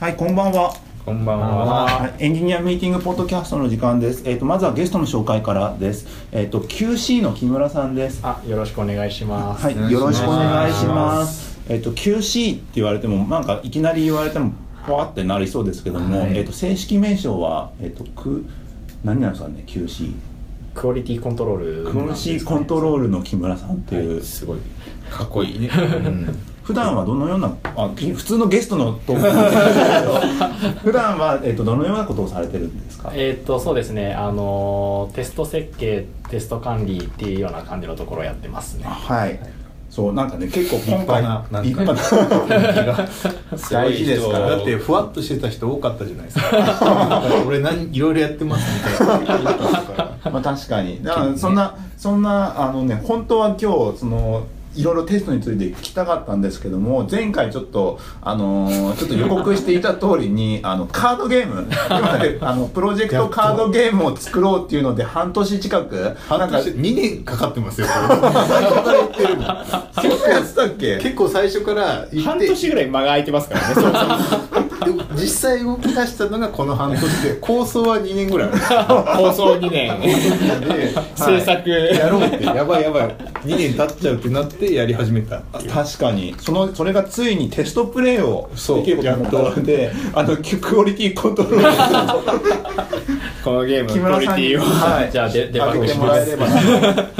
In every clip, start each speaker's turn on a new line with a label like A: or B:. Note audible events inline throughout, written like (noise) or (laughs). A: はい、こんばんは。
B: こんばん
A: は
B: は。
A: いエンジニアミーティングポッドキャストの時間です。えっ、と、まずはゲストの紹介からです。えっ、と、QC の木村さんです。
B: あ、よろしくお願いします。
A: はい、よろしくお願いし
B: お願
A: ま
B: いします
A: す。えっ、と、QC って言われても、なんかいきなり言われても、ぽわってなりそうですけども、
B: はい
A: えっ、と、正式名称は、えっ、と、く。何なんですかね、QC。
B: クオリティコントロール。
A: クオリティコントロー
B: ル。
A: ルの木村さんっていう。
B: すごい。
C: かっこいいね、
A: 普段はどのようなあき普通のゲストのトーク (laughs) なんですけど普段はえっとどのようなことをされてるんですか。
B: えーっと、そうですね。あのー、テスト設計、テスト管理っていうような感じのところをやってますね。
A: はい。そうなんかね結構今
C: 立派
A: 回
C: ななんか
A: 立派な
C: 大事ですからだってふわっとしてた人多かったじゃないです (laughs) か俺何いろいろやってますみたいな
A: まあ確か (laughs) に。だからそんなそんなあのね本当は今日その。いろいろテストについて聞きたかったんですけども前回ちょっとあのーちょっと予告していた通りに (laughs) あのカードゲーム今まであのプロジェクトカードゲームを作ろうっていうので半年近く
C: 半年2年かかってますよこれ最初から言ってるの
A: そんなやつだっけ
C: (laughs) 結構最初から言
B: 半
C: って
B: 年ぐらい間が空いてま
A: (laughs)
B: すからね。そうそう
C: 実際動き出したのがこの半年で構想は2年ぐらいあ
B: 放送2年、 (laughs)
C: るんで
B: 制作。
C: やろうってやばいやばい2年経っちゃうってなってやり始めた
A: 確かにそのそれがついにテストプレイを
C: そう
A: できることになったのであのきクオリティコント (laughs) ロール
B: このゲーム
A: 木
B: のクオ
A: 村
B: リ
A: さ
B: テ
A: んに
B: ィを。
A: はい
B: じゃあ、でデバッ
A: 上
B: グ
A: げ
B: して
A: もら
B: ま
A: え
B: す
A: れ。ば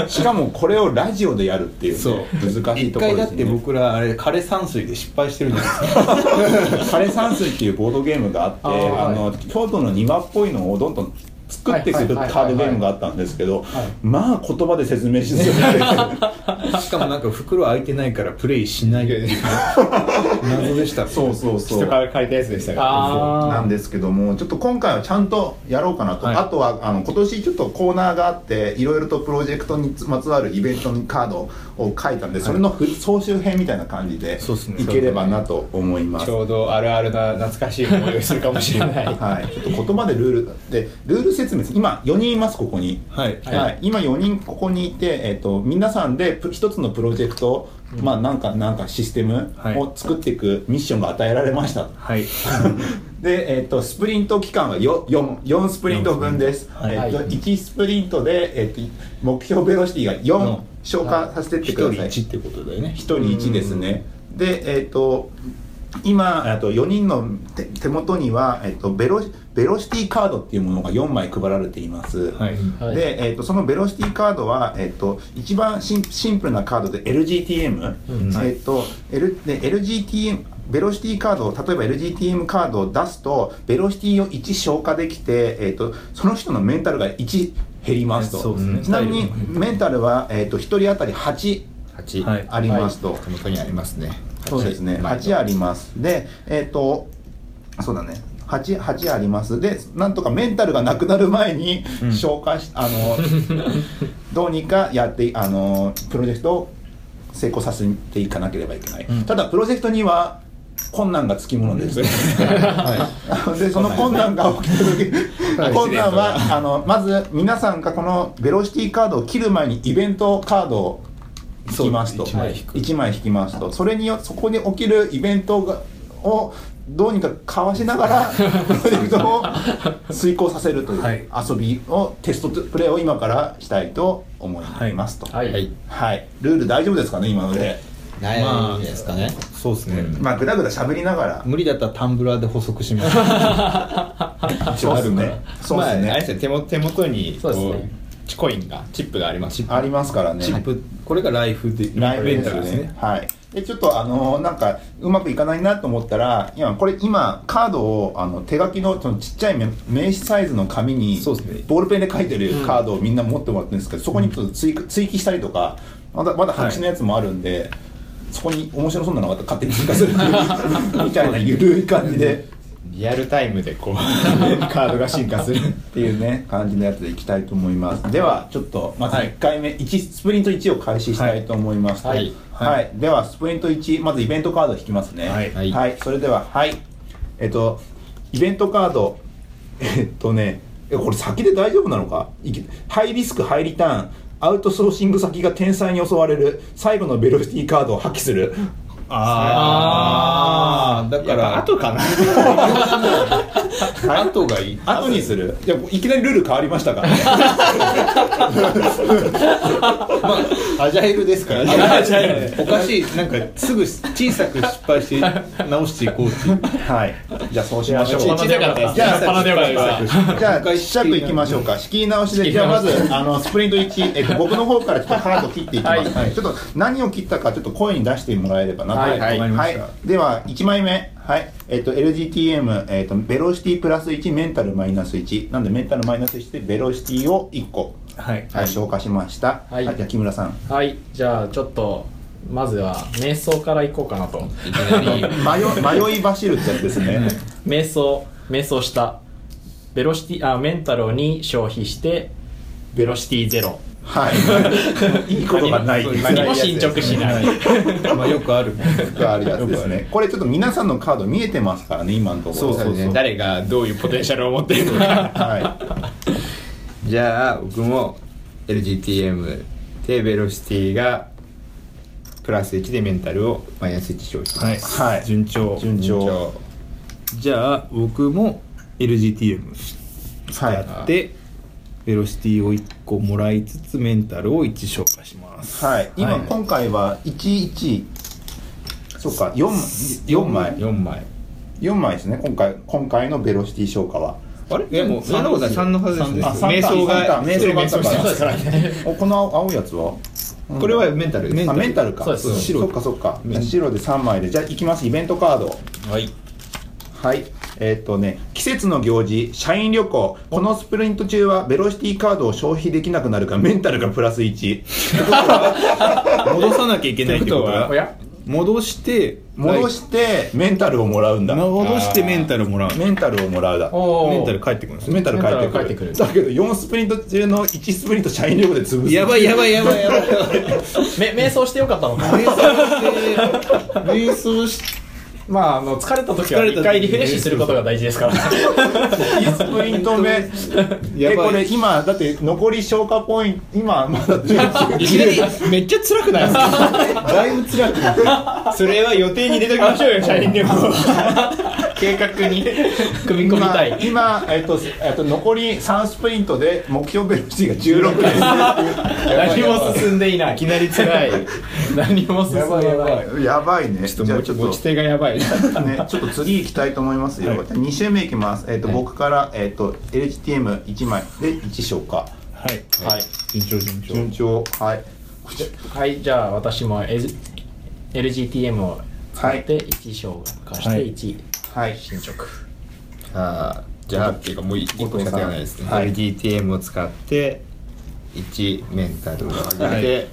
A: なしかもこれをラジオでやるっていう,、ね、難しい
C: 一
A: ところで
C: 回だっ
A: す
C: て
A: ね
C: 僕らあれ枯山水で失敗してるじゃないです
A: 「
C: か
A: 枯山水」っていうボードゲームがあって
B: あーはい
A: あの京都の庭っぽいのをどんどん作っていく
B: はい
A: カ
B: はいはいはい
A: ードゲームがあったんですけど、
B: はい
A: まあ言葉で説明しづらい
C: しかもなんか袋開いてないからプレイしないっていう謎でした
A: (laughs) そうそう (laughs) そう
C: ら借りたやつでした
B: あ
A: なんですけどもちょっと今回はちゃんとやろうかなと、
C: はい
A: あとはあの今年ちょっとコーナーがあっていろいろとプロジェクトにまつわるイベントにカードを書いたんで、それのふ総集編みたいな感じで
C: そうっすね
A: いければなと思いま
B: あ。
A: す。
B: うどあるあるな懐かしい思いをするかもしれない
A: (laughs) はい、ちょっと言葉でルールでルール説明です今4人いますここに、
C: はい
A: はい今4人ここにいて、えっと皆さんでプ一つのプロジェクト、まあなんかなんかシステム
C: はい
A: を作っていくミッションが与えられました、
C: はい
A: (laughs) で、えっとスプリント期間は 4, 4, 4スプリント分です、
C: はい
A: えっと
B: はい
A: 1スプリントで、えっと目標ベロシティが4
C: の
A: 消化させてって
C: 一
A: くだ
C: 人
A: さい
C: 一ってことだよね
A: 1人1ですねでえっ、と今えっと4人の手手元には、えっとベロベロシティカードっていうものが4枚配られています、
C: はい
B: はい
A: で、えっとそのベロシティカードは、えっと一番シンシンプルなカードで LGTM、
B: うん
A: えっと、L で LGTM ベロシティカードを例えば LGTM カードを出すとベロシティを1消化できて、えっとその人のメンタルが1減りますと
C: そうですね
A: ちなみに
C: 体力も
A: メンタルは、えっと1人当たり8
D: 8
C: はい
A: ありますと、
D: 手元にありますね
A: そうですね。八あります。で、えっ、と、そうだね。八八あります。で、なんとかメンタルがなくなる前に
C: うん
A: 消化し、あのどうにかやってあのプロジェクトを成功させていかなければいけない。
C: ん
A: ただプロジェクトには困難がつきものです。はい、 (laughs) でその困難が起きた時
D: はい
A: (laughs) 困難はあのまず皆さんがこのベロシティカードを切る前にイベントカードを引きますと
C: そう一枚引く
A: 1枚引きますとそれによそこに起きるイベントがをどうにかかわしながらプロジェクトを遂行させるとい
C: はいう
A: 遊びをテストプレイを今からしたいと思いますと
B: は
A: はいい、
D: はい
A: ルール大丈夫ですかね今ので
D: ないんですかね、
C: そうですね
A: まあグダグダ喋りながら
C: 無理だったらタンブラーで補足します
A: そうですねそうですね、
E: まあ、あれですね手元手元に
B: そうですね
E: こうチコインがチップがあります
A: あ、りますからね
C: チップこれがライフで
A: ライブ
C: レ
A: レ
C: ン
A: ン
C: タ
A: タ
C: ル
A: ル
C: で
A: ですす
C: ね
A: ね。はい。で、ちょっとあのーなんか、うまくいかないなと思ったら、今、これ今、カードを、あの、手書きの、そのちっちゃいめ名刺サイズの紙に、
C: そうですね
A: ボールペンで書いてるカードをみんな持ってもらってるんですけど、そこにちょっと追加追記したりとか、まだ、まだ白紙のやつもあるんで、そこに面白そうなのがあったら勝手に追加するって (laughs) いうみたいな緩い感じで。
E: リアルタイムでこう
A: (laughs)
D: (laughs)
E: カードが進化する
A: っていうね感じのやつでいきたいと思いますではちょっとまず1回目、一スプリント1を開始したいと思います
B: は
A: はいい、はいではスプリント1まずイベントカード引きますね
C: はい
D: はい
A: それでははいえっとイベントカードえっとねえこれ先で大丈夫なのかいきハイリスクハイリターンアウトソーシング先が天才に襲われる最後のベロシティカードを破棄する
C: ああだか
E: やっぱ
C: ら
E: 後かな
C: 後がいい
E: 後にするいやいきなりルール変わりました
C: (laughs)
E: からね
C: アジャイルですからね
E: アジャイ
C: おかしいなんかすぐ小さく失敗して直していこうっていう
A: はいじゃあそうしましょう
B: いや小さかった
A: じゃあ
B: 小さかった
A: じゃあちっちゃくいきましょうか仕切り直しでじゃあまずあのスプリント1、えっと、僕の方からちょっとカード切っていきます、
E: はい
A: ちょっと何を切ったかちょっと声に出してもらえればなと
E: はいはい
A: は
C: わかりま
A: い、では1枚目はいえっと LGTM、えっと、ベロシティプラス1メンタルマイナス1なんでメンタルマイナス1でベロシティを1個、
C: はい
A: はい、消化しました、
B: はい
A: じゃあ木村さん
B: はいじゃあちょっとまずは瞑想からいこうかなと
D: いきなり
A: 迷迷い走るってやつですね
B: 瞑想瞑想したベロシティあメンタルを2消費してベロシティゼロ
A: はい (laughs) いいことがないです
B: 何も進捗しない
C: まあよくある
A: があるやつですね。これちょっと皆さんのカード見えてますからね、今のところ。
C: そうそう
E: 誰がどういうポテンシャルを持っているのか
A: は
D: (laughs) じゃあ僕も LGTM でベロシティがプラス1でメンタルをマイナス1消費します
C: はい、
A: はい
C: 順調
A: い。順調。は
C: じゃあ僕も LGTM 使って、ベロシティを1個もらいつつメンタルを1消化します
A: はい。今、
C: はい
A: 今回は11、そっか、4、四枚。
D: 4枚
A: 4枚ですね、今回、今回のベロシティ消化は。
D: あれでもそんなことない3のはずですね
A: あ三
D: 瞑
A: か
D: 想が
A: 三か瞑想があったから
D: そうですからね
A: おこの青青いやつは
D: これはメンタルです
A: あ、メンタルか。
B: そうです
A: 白。そっかそっか。白で3枚で。じゃあ、いきます、イベントカード。
D: はい
A: はい。えーっ、とね、季節の行事、社員旅行、このスプリント中はベロシティカードを消費できなくなるか、メンタルがプラス1。
C: 戻さなきゃいけないってこと
E: ってこと
B: (laughs) お
C: は
B: や
C: 戻して
A: 戻して、メンタルをもらうんだ。
C: 戻してメンタルもらう
A: メンタルをもらうだ。
B: おー
C: メンタル返ってくるんですよ
A: メンタル返ってくる。
B: メンタル返ってくる
A: だけど、4スプリント中の1スプリント社員旅行で潰す。
C: やばいやばいやばいやばい
B: め瞑想してよかったのか
C: 瞑想して
E: (laughs)
C: 瞑想し
B: まああの疲れた時は
C: 疲れた時
B: 一回リフレッシュすることが大事ですから
A: 1スプリント目。
C: や
A: え、
C: ばい
A: これ今、だって残り消化ポイント、今、まだ10
E: めっちゃ辛くないですか
C: だいぶ辛くなる
E: それは予定に入れておきましょうよ社員旅行
D: (laughs)
B: 計画に (laughs) 組み込みた
A: 今、
B: い
A: 今えっと、えっと、残り3スプリントで目標ベロシティが16です。
B: 何も進んでいないいきなり辛い何も進んでない
A: やばいね。
E: ちょっと持ち持ち手がやばい
A: ね、ちょっと次行きたいと思いますよ。二2周目行きます。えっ、と、僕から、えっ、と、LHTM1 枚で1消化。
C: はい
B: はい
C: 順調順調
A: 順調。はい。
B: はいじゃあ私も L- LGTM を使って1章化し
C: は
B: て
C: い
B: 1
A: はい。
B: 進捗
D: あーじゃあっていうかもう1個しか手がないですね、
A: はい
D: LDTM を使って1メンタルを上げて、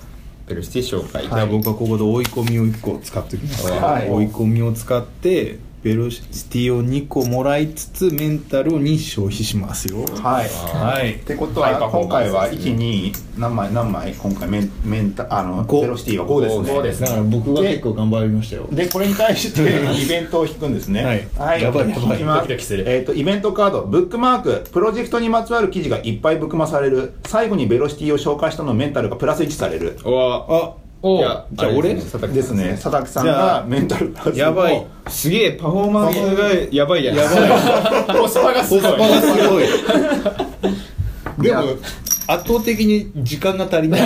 D: ベルシティ紹介、
C: じゃあ僕はここで追い込みを1個使っておきます、
A: はい
C: 追い込みを使ってベロシティを2個もらいつつメンタルを2消費しますよは
A: はい。
C: い
A: ってこと
D: ハイ
A: は、
D: パフォ
A: 今
D: ーマン
A: 回
D: ス
A: は
D: ですね
A: 1、2、何枚、何枚今回メン、メンタ、あの、
C: 五
A: ベロシティは5ですね。
B: 5です
E: だから僕は結構頑張りましたよ
A: で、これに対して、 (laughs) イベントを引くんですね。
C: はい
A: はい。
C: やばいやばい
A: 引きます
B: ドキドキする
A: えっ、と、イベントカード、ブックマーク、プロジェクトにまつわる記事がいっぱいブックマされる。最後にベロシティを紹介したのメンタルがプラス1される。
D: おわ
C: あ
D: い
B: お
D: や
C: じゃあ俺
D: れですね佐竹
A: です
D: さん
A: ね。佐竹さん
C: じゃあ
A: がメンタルプラス1を
C: やばい
D: すげえパフォーマンスがやばいやん
B: コスパがすごい
C: コスパがすごい
E: でも
C: 圧倒的に時間が足りない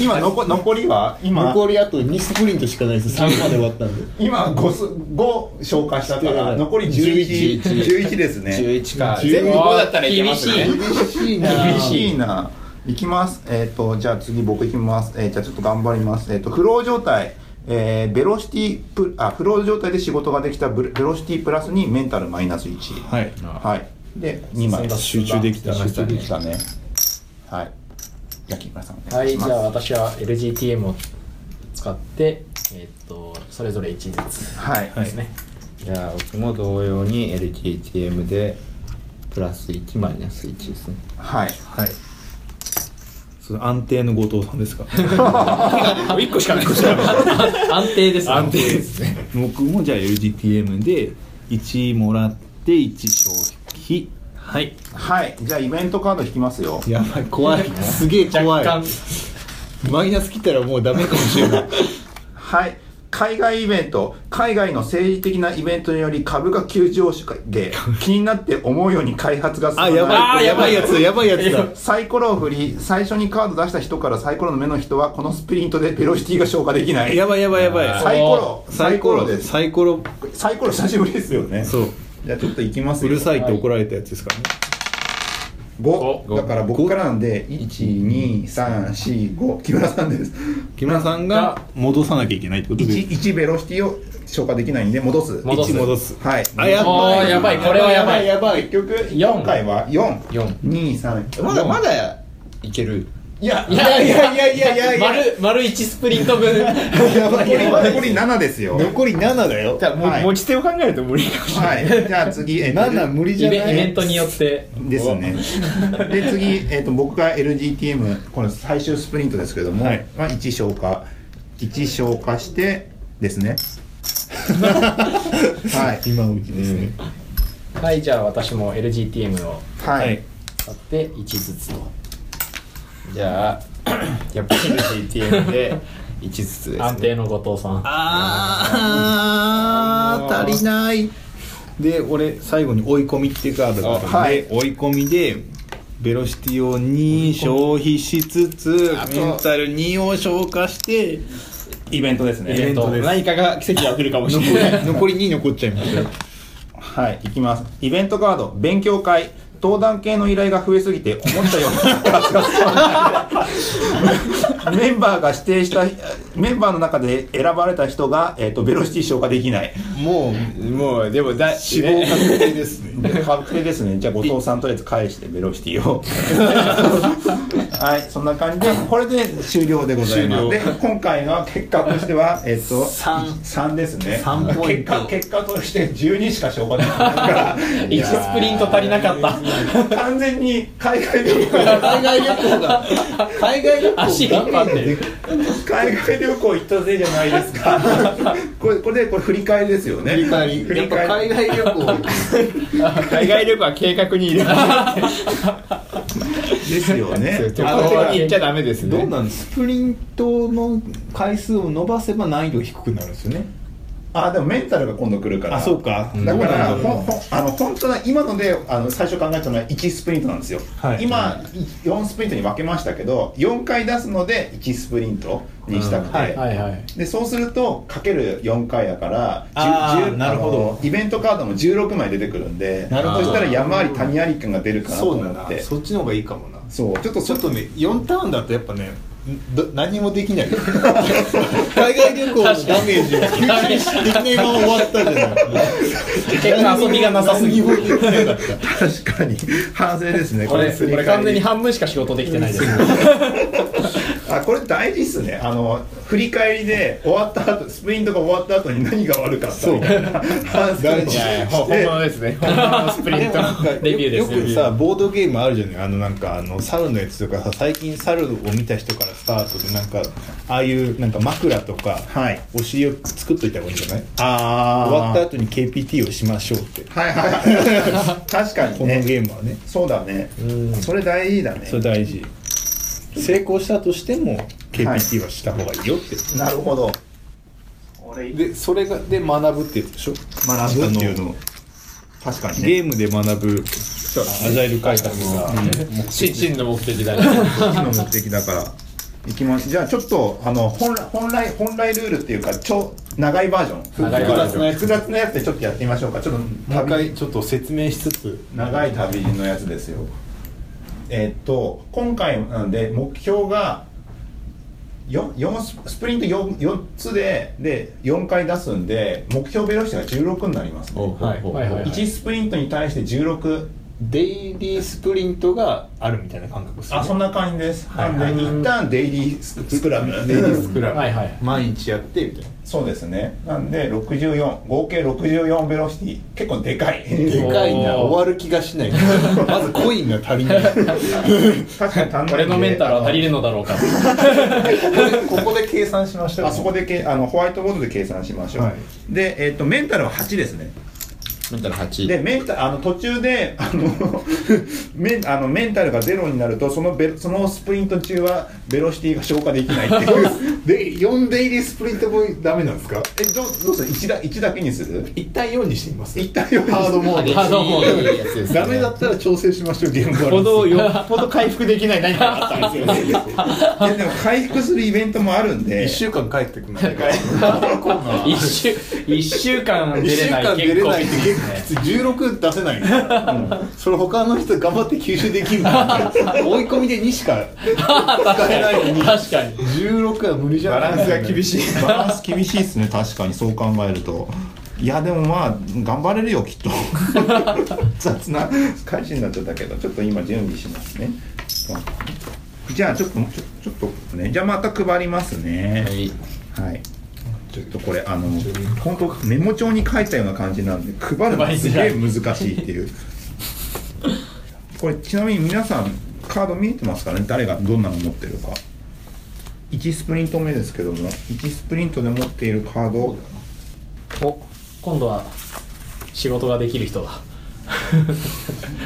A: 今残残りは今
E: (laughs) 残りあと2スプリントしかないです3まで終わったんで
A: 今 5, す5消化したから残り1111
E: 11
A: ですね
D: 11か
E: 11
D: 全部5だったらいけますね
B: 厳
A: 厳しい
E: な
A: 厳しいないきますえっ、とじゃあ次僕いきます、えーじゃあちょっと頑張りますえっ、とフロー状態えーベロシティプあフロー状態で仕事ができたブルベロシティプラスにメンタルマイナス1はい、
C: はい
A: で2枚
C: 集中できた
A: 集中できたねはいじゃあ木村さんお
B: は
A: 願い
B: い
A: しま
B: じゃ
A: す、
B: あ私は LGTM を使ってえっとそれぞれ1ず (laughs) つ
A: はい
C: はい
B: ですね
D: じゃあ僕も同様に LGTM でプラス1マイナス1ですね
A: はい
C: はいその安定の後藤さんですか
B: 1個しかない (laughs) 安定ですね
C: 安定ですね僕もじゃあ LGTM で1もらって1消費はい
A: はいじゃあイベントカード引きますよ
E: やばい怖いすげえ怖い
B: 若干
E: マイナス切ったらもうダメかもしれない
A: はい。海外イベント海外の政治的なイベントにより株が急上
C: (laughs)
A: 昇で気になって思うように開発が進まない
B: あーやばいやつ
C: やばいや
B: つだ
A: サイコロを振り最初にカード出した人からサイコロの目の人はこのスプリントでベロシティが消化できない
C: やばいやばいやばい
A: サイコロサ
C: サ
A: イ
C: イ
A: コ
C: コ
A: ロ
C: ロ
A: です
C: サイコロ
A: サイコロ久しぶりですよね
C: そう
A: じゃあちょっといきます
C: う
A: よ
C: るさいって怒られたやつですからね
A: 5
D: 五
A: だから僕からなんで12345木村さんです
C: 木村さんが戻さなきゃいけないってことで
A: 1, 1ベロシティを消化できないんで戻す
B: 戻す
C: 一戻す
A: はい
C: あやば
B: おー
C: い
B: やばいこれはやばい
A: やばい結局
B: 四
A: 今回は
D: 四
A: 423
D: まだまだいける
A: いや
B: いやいやいやいやいや
A: いや
B: 丸丸一スプリント分
A: 残り残り7ですよ
C: 残り7だよ
E: だからもう
A: はい
E: 持ち手を考えると無理かもしれない
A: はいじゃあ次えっと
C: 7無理
B: イ
C: じ
B: ベ
C: ゃ
B: イ
C: ない
B: ベントによって
A: ですねで次、えっと僕が LGTM この最終スプリントですけども、
C: はい
A: まあ、1消化1消化してです
C: (laughs)
A: ねはい
C: 今のうちですね
B: はいじゃあ私も LGTM を
A: はい、
B: 買って1ずつと
D: じゃ
C: (coughs)
D: あやっぱ LGTM で5つずつです
B: 安
D: ね
B: 定の後藤さん
C: あー足りないで俺最後に追い込みっていうカードがあったので、
A: あはい
C: 追い込みでベロシティを2消費しつつメンタル2を消化して
A: イベントです
B: イベント
E: 何かが奇跡が起きるかもし
C: 残
E: れない
C: り残り2残っちゃいましたよ
A: はい、いきます。イベントカード、勉強会、登壇系の依頼が増えすぎて、思ったより (laughs) メンバーが指定した、メンバーの中で選ばれた人が、えっ、と、ベロシティ消化できない。
C: もう
D: もうでもだ
C: 死亡確定ですね
A: で確定ですね。じゃあ、後藤さんとりあえず返して、ベロシティを。はい、そんな感じで、これで終了でございます。で、今回の結果としては、えっ、と、
B: 三
A: 3ですね。
B: 三ポイ
A: 結
B: ント
A: 果、結果として12しか消化できないから。
B: (laughs) 1スプリント足りなかった
A: 完全に海外旅行
C: 海外旅行が海外旅行
B: 足引っ張ってる
A: 海外旅行行ったせいじゃないですか (laughs) これこれこれ振り返りですよね振り返り
C: やっぱ海外旅行
E: 海外旅行は計画に入れない
A: ですよね
D: ところに行っちゃダメですね
C: (laughs) どうなんスプリントの回数を伸ばせば難易度低くなるんですよね
A: あでもメンタルが今度来るから
C: あそうか
A: だ
C: ど
A: か
C: うな
A: ら、
C: んだ
A: ほ
C: ろうん
A: ほんあの本当は今のであの最初考えたのは1スプリントなんですよ、
C: はい
A: 今4スプリントに分けましたけど4回出すので1スプリントにしたくて、
C: はい
B: はいはい
A: でそうするとかける4回だからじゅ
C: あー
A: じゅ
C: なるほ
A: あ
C: ど
A: のイベントカードも16枚出てくるんで
C: なるほど
A: そしたら山あり谷あり感が出るかなと
C: そう
A: 思
C: だ
A: っ
C: な
A: て
C: そっちの方がいいかもな
A: そうちょっと
C: ち
A: そ
C: ょっとね4ターンだとやっぱねど何もできない海外旅行のダメージを急にしてきないまま終わったじゃない
B: 結果遊びがなさすぎる
A: 確かに反省ですね
B: これこれ完全
A: 振り
B: に半分しか仕事できてないです
A: 返りあこれ大事っすねあの振り返りで終わった後スプリントが終わった後に何が悪かったみたいな反省を
C: 大事
A: し
D: いやいやほ本
A: て
D: 物ですね本物のスプリント
B: レビューです
C: よくさボードゲームあるじゃないあのなんかあの猿のやつとかさ最近猿を見た人からスタートでなんかああいうなんか枕とか、
A: はい
C: お尻を作っといた方がいいんじゃない
A: あ
C: 終わった
A: 終わっ
C: 後に KPT をしましょうって
A: たはいはい
C: (laughs)
A: 確か
C: こ
A: に
C: の
A: ね
C: ゲームはね
A: そうだねそれ大事だね
C: それ大事成功したとしても KPT はした方がいいよって、
A: なるほど
C: でそれがで学ぶってやつでしょ
A: 学ぶっていうのも確かにね
C: ゲームで学ぶアジャイル開発が
B: 真真の目的だね
A: 次の目的だからいきますじゃあちょっとあの本来本来本来ルールっていうか超長いバージョン
B: 長いバージョ
A: 複雑なやつでちょっとやってみましょうかちょっと
C: もう一
A: 旅
C: 回ちょっと説明しつつ
A: 長い旅のやつですよえーっと今回なんで目標がよ四ススプリント 4, 4つでで4回出すんで目標ベロシティが16になります、ね、
B: はいはいはい
A: 1スプリントに対して16
C: デイリースプリントがあるみたいな感覚です
A: あそんな感じです、なんで一旦デイリーススクラム
C: デイリースクラ
B: はいはい
C: 毎日やってみたいな
A: そうですねなんで64合計64ベロシティ結構でかい
C: でかいな
B: おー
C: 終わる気がしないまずコインが足りない
A: 確かに足んないんで
B: 俺のメンタルは
A: (laughs)
B: 足りるのだろうか
C: ここで計算しました
A: あそこでけあのホワイトボードで計算しましょう、
C: はい
A: で、えっとメンタルは8ですね
D: メンタル8
A: でメンタあの途中であの (laughs) メンあ (laughs) のメンタルがゼロになるとそのベそのスプリント中はベロシティが消化できないっていう
E: で4デイリースプリントもダメなんですか
A: えどうどうする一だ一だけにする
E: 一旦4にしてみます
A: 一旦4に
E: ハードモード
B: ハードモード
D: いいやつですね
E: ダメだったら調整しましょうゲームバランス
C: ほどよっぽど回復できない何かがあったんですよね
A: いやでも回復するイベントもあるんで
E: 1週間帰ってくるので
B: 一週一週間出
E: 1
B: れ
E: 週
B: ない
E: 間出れないって結構
B: 結
E: きつい16出せないんですよそれ他の人頑張って吸収できる
B: (laughs)
E: のに追い込みで2しか使えないのに
B: 構確かに
E: 16は無理じゃない
A: しいバランス厳しいですね確かにそう考えるといやでもまあ頑張れるよきっと雑な返しになっちゃったけどちょっと今準備しますねじゃあちょっとちょちょっとねじゃあまた配りますねはい、ちょっとこれあの本当メモ帳に書いたような感じなんで配るのがすげえ難しいっていうこれちなみに皆さんカード見えてますかね誰がどんなの持ってるか1スプリント目ですけども1スプリントで持っているカード
B: お今度は仕事ができる人だ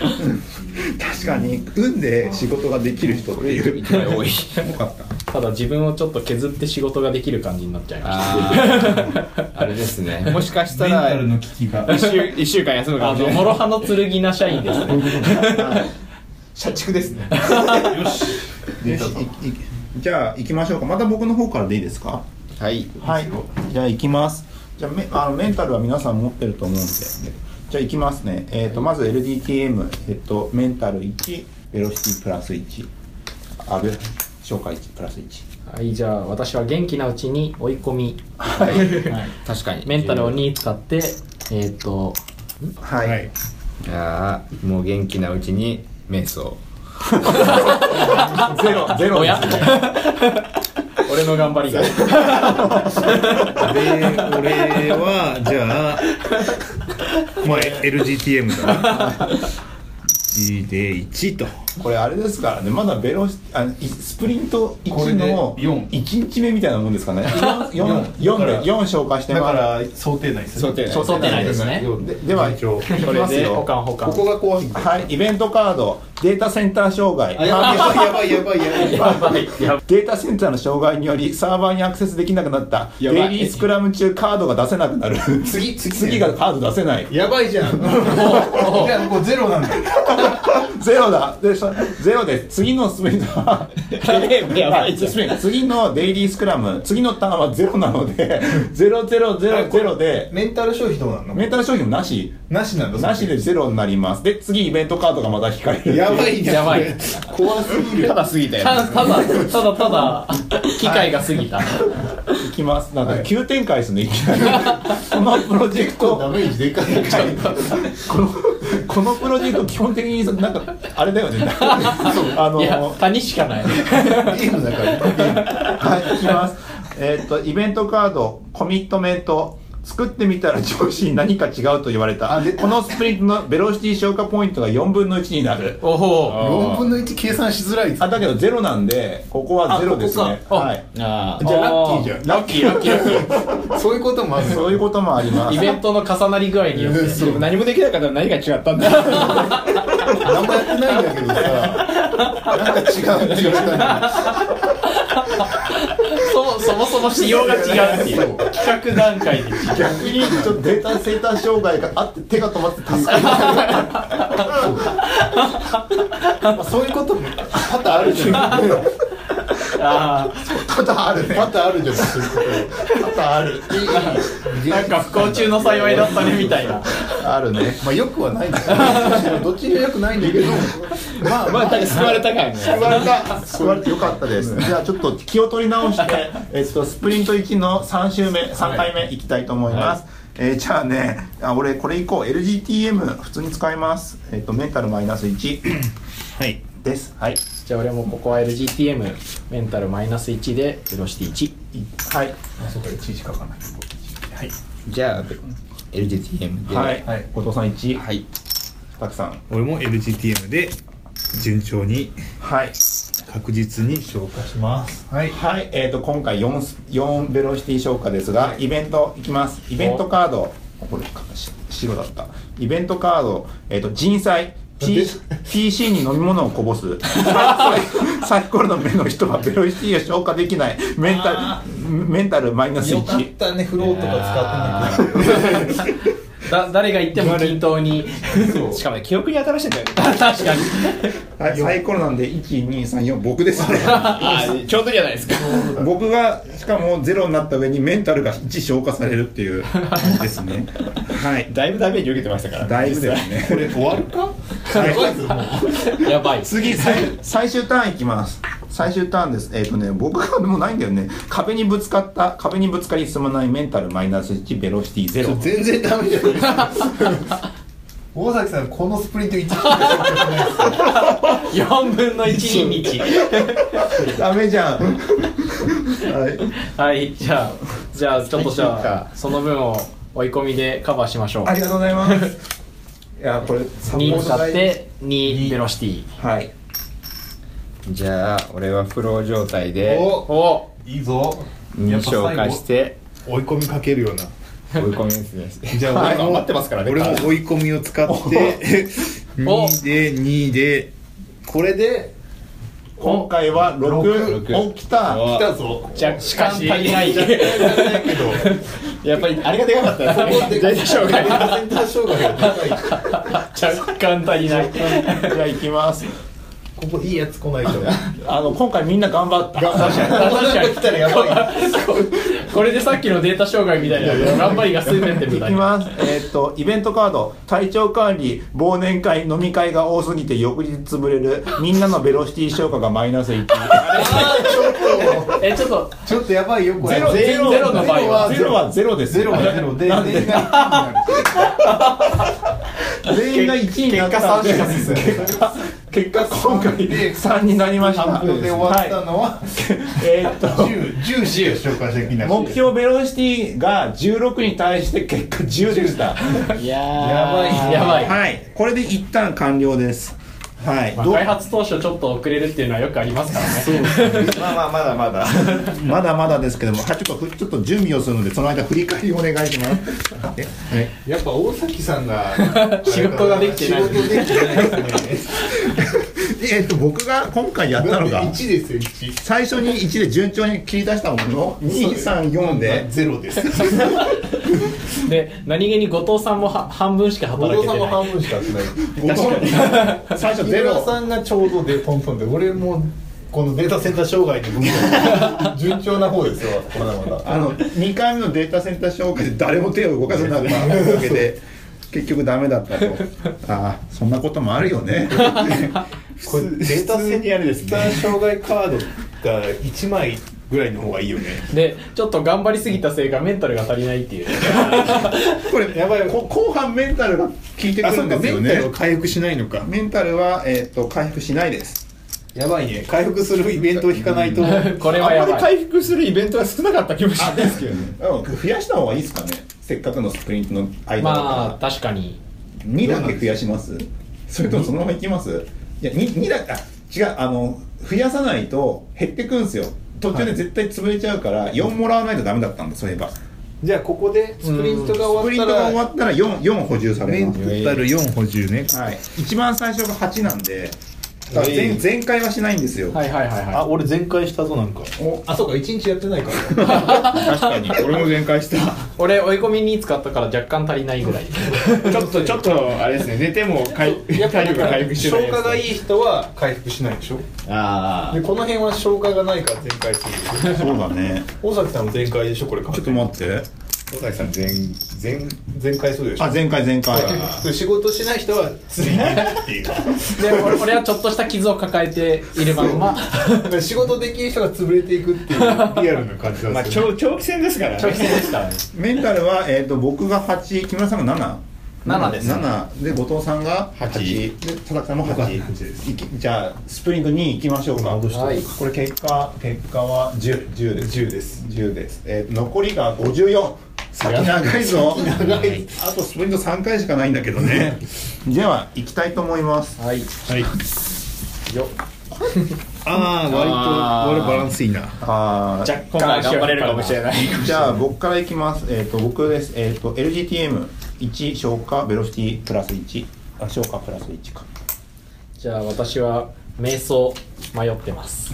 A: 確かに運で仕事ができる人っていう
D: 一枚多い
A: よかった
B: ただ自分をちょっと削って仕事ができる感じになっちゃいました
D: あああれですねもしかしたら
C: の危機が
D: 一週一週間休むか
B: あ
D: もし
B: の
D: れない
B: 諸刃の剣な社員ですね
E: 社畜ですね
A: よしいいじゃあ行きましょうかまた僕の方からでいいですか
D: はい
A: はい、じゃあ行きます。じゃあめあのメンタルは皆さん持ってると思うんで、じゃあ行きますね。えっ、とまず LDTM えっとメンタル1、ベロシティプラス1、あベ紹介1プラス1。
B: はいじゃあ私は元気なうちに追い込み、はい
D: 確かに
B: メンタルを2使ってえっ、と
A: はい。
E: はい
D: いやーもう元気なうちに瞑想
B: ゼロゼロや俺の頑張りが
C: で俺はじゃあまあ LGTM だな1で1と
A: これあれですからね。まだベロシあいスプリント
E: こ
A: 1
E: れで
A: の
E: 四
A: 一日目みたいなもんですかね。四四
E: だか
A: で
E: ら
A: 四紹介して
E: だ
A: ま
E: か
A: す。
E: ら想定内です
D: 想定内
B: そうってないですね
A: ででは
E: 一応
B: これで保管保管
E: ここが怖いんだ
A: はい、イベントカード、データセンター障害、
E: やばいやばいやばいやばい
A: データセンターの障害によりサーバーにアクセスできなくなったデ
E: や
A: イ
E: ばい
A: リースクラム中カードが出せなくなる
E: 次次
A: 次がカード出せない
E: やばいじゃんもうじゃあもうゼロなんだ
A: ゼロだでそゼロで次のスプリントは
B: やばいじゃん
A: スプリント次のデイリースクラム次のターンはゼロなの
E: (laughs)
A: でゼロゼロゼロゼロで
E: メンタル消費どうなんの
A: メンタル商品もなし
E: なしなんだ
A: なしでゼロになりますで次イベントカードがまた引かれる
E: やばいね
B: やばい
E: それ怖すぎる
D: ただ過ぎたよ
B: たただただただ機会が過ぎた、
A: いきますなんか急展開ですねいき
E: (laughs)
A: なりこのプロジェクト
E: ダメージでかい
A: このこのプロジェクト基本的になんかあれだよ
B: (laughs)
A: ねあの
B: いや谷しかない
E: ゲームだから
A: はい、いきます。えーっと、イベントカード、コミットメント、作ってみたら調子に何か違うと言われた。このスプリントのベロシティ消化ポイントが4分の1になる。
B: (laughs) おお
E: 4分の1計算しづらい
A: あ、だけどゼロなんで、ここはゼロですね。
B: ここか
A: はい。
D: あ
E: じゃあラッキーじゃん
A: ラッキー、ラッキー。
E: そういうこともある
A: そういうこともあります
B: イ。ベントの重なり具合によって
E: そ
D: ー何もできなかったら何が違ったんだ
E: 何もやってないんだけどさなんか違うって言われ
A: (laughs)
E: たの
B: そそもそも仕様が違うっていう企画段階で
A: 逆に、ちょっとデータセンター障害があって、手が止まって助かる。
E: まあそういうことも多々あるじゃない
B: あ
A: 多々あるね。
E: 多々あるじゃないそういうこと多々ある
B: あなんか不幸中の幸いだったねみたいな
A: あるね。
E: まあよくはないんだけ (laughs) どどっちにもよくないんだけどまあまあ
D: まあ救われたからね
A: 救われた救われてよかった (laughs) ですじゃあちょっと気を取り直して、えっと、スプリント1の3周目3回目いきたいと思います、えーじゃあねあ俺これいこう LGTM 普通に使いますえっとメンタルマイナス1
C: はい
A: です (coughs) はい
B: じゃあ俺もここは LGTM メンタルマイナス1でベロシティ1
A: いはい
E: そうか1しか書かない
D: じゃあ LGTM で
A: は、
D: はい
A: 後藤さん1
D: はい
A: たくさん
C: 俺も LGTM で順調に
A: はい
C: 確実に消化します
E: はい
A: はいえっ、と今回 4, 四ベロシティ消化ですが、イベントいきますイベントカードこれし白だったイベントカード、えっと人災 P PC に飲み物をこぼす (laughs) サイサイコロの目の人はベロシティを消化できないメンタルメンタルマイナス
F: よかっ
A: 1
F: たねフローとか使ってなくて
B: だ誰が言っても均等に
D: しかもね記憶に新しいんだよね
B: 確かに
A: はいサイコロなんで1234僕ですね
B: あーちょうどじゃないですか
A: 僕がしかもゼロになった上にメンタルが1消化されるっていうですねはい
D: だいぶダメージ受けてましたから
A: だいぶですね
E: これ終わるか
B: やばい
A: 次最最終ターンいきます最終ターンですえっ、とね僕がもうないんだよね壁にぶつかった壁にぶつかり進まないメンタルマイナス1ベロシティゼロ
E: 全然ダメじゃないですか
F: 大崎さんこのスプリント一気に
B: 4分の1に日
A: ダメじゃんはい
B: はいじゃあじゃあちょっとじゃあその分を追い込みでカバーしましょう
A: ありがとうございます。いや、これ、サ
B: 2使って2ベロシティ
A: はい。
D: じゃあ俺はフロー状態で
E: お
B: お
E: いいぞ
D: 2消化して
E: 追い込みかけるような
D: 追い込みです (laughs) ね
E: じゃあ俺も
D: 頑張ってますからね
E: 俺も追い込みを使って
B: お
E: 2で2でこれで
A: 今回は
E: 六
A: 6。お、来た。
E: 来たぞ
B: じゃあしかし足りない
E: だけど
D: やっぱりあれがでかかったですね
B: 大体障害
E: センター障害が高い
B: 若干足りない
A: じゃあ、行きます。
E: ここいいやつ来ないと
A: あの、今回みんな頑張った。
B: 確かに
E: 来たらやばい
B: これでさっきのデータ障害みたいな頑張りが済んでってるみ
A: 行
B: た
A: き
B: いな
A: ます。えーっと、イベントカード、体調管理、忘年会、飲み会が多すぎて翌日潰れる、みんなのベロシティ消化がマイナス1。
B: えちょっと
E: ちょっとやばいよこれ
A: ゼロ
B: 全員ゼロの場合は
A: ゼロはゼロです
E: ゼロ
A: よ。
E: はゼロで全員が
A: 全員が1になったんで、
E: 結果三です
A: 結果、結果今回3になりました。
E: 半分で終わった
A: はい
E: のは
A: えーっと、
E: 10 10しか消化できなく
A: (laughs) 目
E: て
A: 標ベロシティが16に対して結果10でした
B: いやーやばいやばい
A: はいこれで一旦完了ですはい
B: まあ
A: どう
B: 開発当初ちょっと遅れるっていうのはよくありますからね
E: まあまあまだまだ
A: (laughs) まだまだですけどもはいちょっとふちょっと準備をするのでその間振り返りお願いしますはい
E: やっぱ大崎さんが
B: (laughs) 仕事ができてない
E: 仕事できてないですね
A: えっと僕が今回やったのが
E: 1ですよ1
A: 最初に1で順調に切り出したものを234で
E: ゼロです
B: で何気に後藤さんもは半分しか働けてない
F: 分しかやってない
A: (laughs) 最初
F: 木
A: ゼ
F: 村
A: ロ
F: さんがちょうどでトントンで俺もこのデータセンター障害に向けて順調な方ですよ
B: (laughs)
F: まだまだ
A: あの2回目のデータセンター紹介で誰も手を動かせなくなるわけで結局ダメだったと (laughs) ああそんなこともあるよ (laughs) ね
E: これデータセンター障害カードが1枚ぐらいの方がいいよね
B: でちょっと頑張りすぎたせいかメンタルが足りないっていう
A: これやばい後半メンタルが効いてくるんですよね
E: 回復しないのか
A: メンタルは、えー、と回復しないです
E: やばいね回復するイベントを引かないと
B: これは
D: あ
B: や
D: んまり
B: ばい
D: 回復するイベントが少なかった気もします
A: けどね増やした方がいいですかねせっかくのスプリントの間だ
B: まあ
A: か
B: 確かに
A: ら2だけ増やしますそれともそのままいきますいや 2, だあ違うあの増やさないと減ってくんですよ途中で絶対潰れちゃうから4もらわないとダメだったんだそういえばス
E: じゃあここでスプリントが
A: プ
E: 終
A: リ
E: わった
A: ントが
E: ら
A: 終わったら 4, 4補充され
E: メン
A: ます
E: タル4補充ね
A: はい、一番最初が8なんでだから全全開はしないんですよ、
B: はいはいはいは
E: あ俺全開したぞなんか
A: お
F: あそうか1日やってないから
A: 確かに
D: 俺も全開した
B: い俺追い込みに使ったから若干足りないぐ (laughs) らい
D: ちょっとちょっとあれですね寝ても回
F: やっぱ
D: 体力が回復してない
F: 消化がい
D: い
F: い人は回復しないでしょ
D: あ
F: でこの辺は消化がないから全開する
A: そうだね
F: 大崎さんも全開でしょこれ完
A: ちょ
F: 全
A: っと
F: に
A: 待って
D: あ尾崎さん全全
F: 全開するでしょ
A: あ前回前回
F: で仕事しない人は常にっていう
B: で俺俺はちょっとした傷を抱えているまん (laughs) ま
F: で仕事できる人が潰れていくっていうリアルな感じ
D: ま
F: なん
D: あ
F: ですよ、ね
D: 長長期戦ですから
B: 長
D: ね
B: 期戦ですからね
A: メンタルは、えー、と僕が8木村さんが7
B: 七です
A: 七で後藤さんが8で佐々木さんも8いきじゃあスプリント2いきましょうか
B: はい
A: これ結果結果は 10, 10です
F: 10です
A: 10です、えー残りが54先長いぞ長いあとスプリント3回しかないんだけどねでは行きたいと思います
B: はい
E: はいよああ
D: あー
E: 割と俺バランスいいな
A: あー
B: じゃあ今回は頑張れるかもしれない
A: じゃあ僕からいきます。えっ、と僕です。えっ、と LGTM1 消化ベロシティプラス1あ消化プラス1か。
B: じゃあ私は瞑想迷ってます。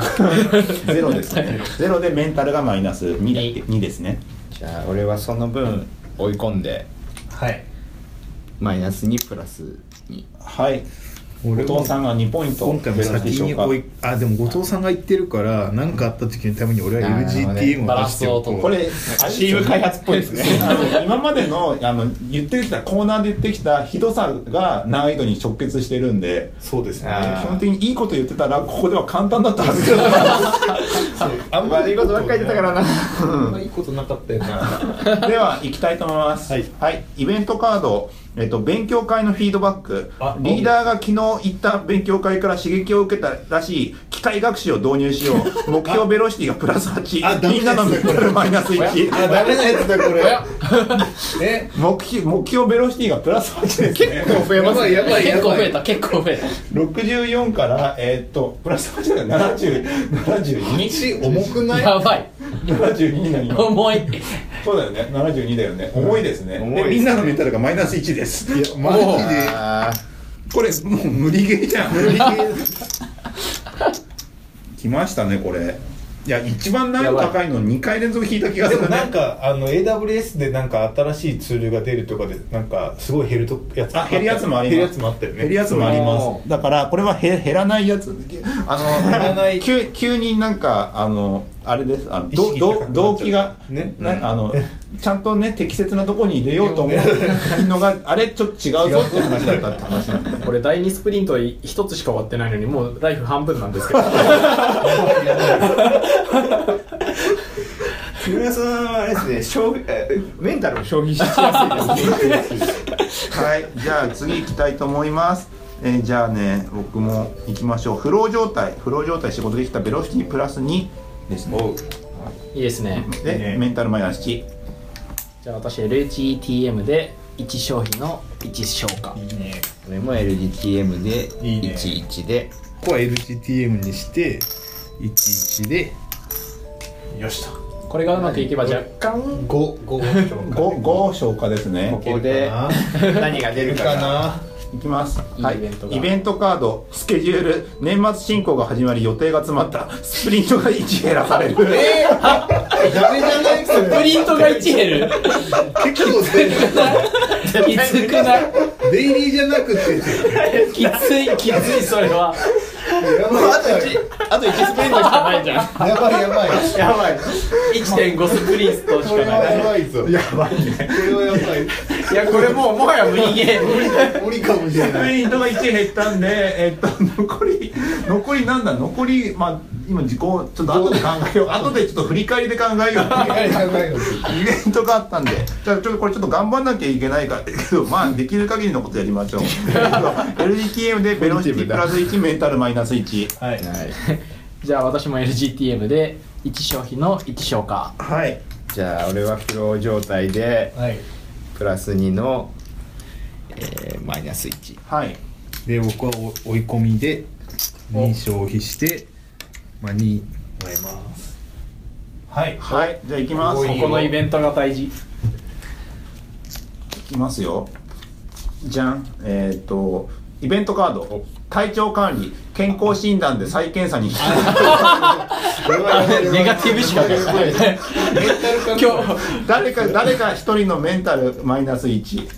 A: ゼロですね。ゼロでメンタルがマイナス2だっけ2ですね。
D: じゃあ俺はその分追い込んで
F: はい
D: マイナス2プラス2
A: はい。お
C: 俺も
A: 父さんが2ポイント。
C: 今回も先に追いあでも後藤さんが言ってるから何かあった時のために俺は LGTM
B: バ
C: を
B: ラ
C: 出
B: ン
C: し
B: ス
C: て
B: を
C: お
B: 取
C: こ
B: る
C: う
A: これ、チーム開発っぽいですね。 (laughs) あの今までのあの言ってきた、コーナーで言ってきたひどさが難易度に直結してるんで、
F: そうですね
D: あー
A: 基本的にいいこと言ってたら、ここでは簡単だったはずだ。
F: あんまりいいことばっかり言ってたからなあんまりいいことなかったよな
A: では、行きたいと思います。
F: はい
A: イベントカード、えっと、勉強会のフィードバック
F: あ。
A: リーダーが昨日行った勉強会から刺激を受けたらしい、機械学習を導入しよ (laughs) う。目標ベロシティがプラス
E: あ
A: 8。
E: ダメ
A: みんなのメンタルマイナス1。 (laughs)
E: あダメなやつだこれ
F: え
A: 目標、目標ベロシティがプラス8ですね。
E: 増えますやばいや
B: (laughs) 結構
E: ば
B: 増
E: い
B: えた結構増えた。
A: 64から、えーっと、プラス8だから70、72、
E: 1重くない
B: やばい
A: 72になり (laughs) ます。
B: 重い。
A: そうだよね、72だよね。重いですね。で、みんなのメンタルがマイナス1です。いや、
F: マジで
D: あ
A: これ、もう無理ゲーじゃん。無理ゲー。来ましたね、これ。いや、一番難易度高いの2回連続引いた気がす
F: で
A: る
F: もなん
A: ね。
F: かあの AWS でなんか新しいツールが出るとかでなんかすごい減るとやつ
A: あ、減るやつもあります。
F: 減るやつもあったよね
A: 減るやつもあります。だから、これはへ減らないやつ。あの、
F: 減らない
A: 急急になんか、あの、あれです。あの、ど
F: 意識高くなっちゃ
A: ど
F: う
A: 動機が、
F: ね
A: なあの、ちゃんとね、適切なとこに入れようと思うのが、あれ、ちょっと違うぞっていう話だったって話なんで。
B: これ第2スプリント一つしか終わってないのにもうライフ半分なんですけど。
D: 木村さんはあれですね消費えメンタルを消費しやすいですね
A: はい、じゃあ次行きたいと思います。えーじゃあね、僕も行きましょう。フロー状態、フロー状態仕事できたベロシティプラス2ですね。
B: いいですね。
A: で、
F: ね
A: メンタルマイナス1。
B: じゃあ私 LGTM で1消費の1消化。
F: いいね
D: これも LGTM で
F: いいね
D: 11で
C: ここは LGTM にして11で
F: よしと
B: これがうまくいけば若干
F: 5五
A: 五五消化ですね。
D: ここで何が出るか
F: か
D: が
F: ない
A: きます。
B: いい
A: はい
B: イベントが
A: イベントカード、スケジュール、年末進行が始まり予定が詰まった。スプリントが1減らされる。
E: ダメじゃないそれ
B: プリントが1減る。
E: 結構出る
B: きつくない
E: デイリーじゃなくて
B: きついきついそれは。
E: やばい
B: あと1スプリントしかないじゃん。
E: やばいやばい
A: やばい。
B: 1.5スプリントし
E: こ
B: か
E: れは
B: ない。
E: やばいぞやばいねこれはやばい
B: いやこれもうもはや無理ゲーム。
E: 無理かもしれ
A: スプ
E: ない
A: リントが1減ったんで、えっと、残り、残りなんだ、残り、まあ、今、時効、ちょっと後で考えよう。後でちょっと振り返りで考えよう。
E: やばいよ
A: イベントがあったんで、じゃあちょっとこれちょっと頑張んなきゃいけないからだけど、まあできる限りのことやりましょう。LDTM でベロシティプラス1、メンタルマイナス1。
F: なはい
D: はい
B: じゃあ私も LGTM で1消費の1消化。
A: はい。
D: じゃあ俺はフロー状態で
F: はい
D: プラス2の、えーマイナス1
A: はい。
C: で僕は追い込みで2消費して、まあ、2
F: もらいますはい
A: はい。じゃあ行きます。
B: ここのイベントが大事。
A: いきますよじゃんえっ、とイベントカード体調管理健康診断で再検査に
B: (laughs) ネガティブしか出ない。今日
A: 誰か誰か一人のメンタルマイナス1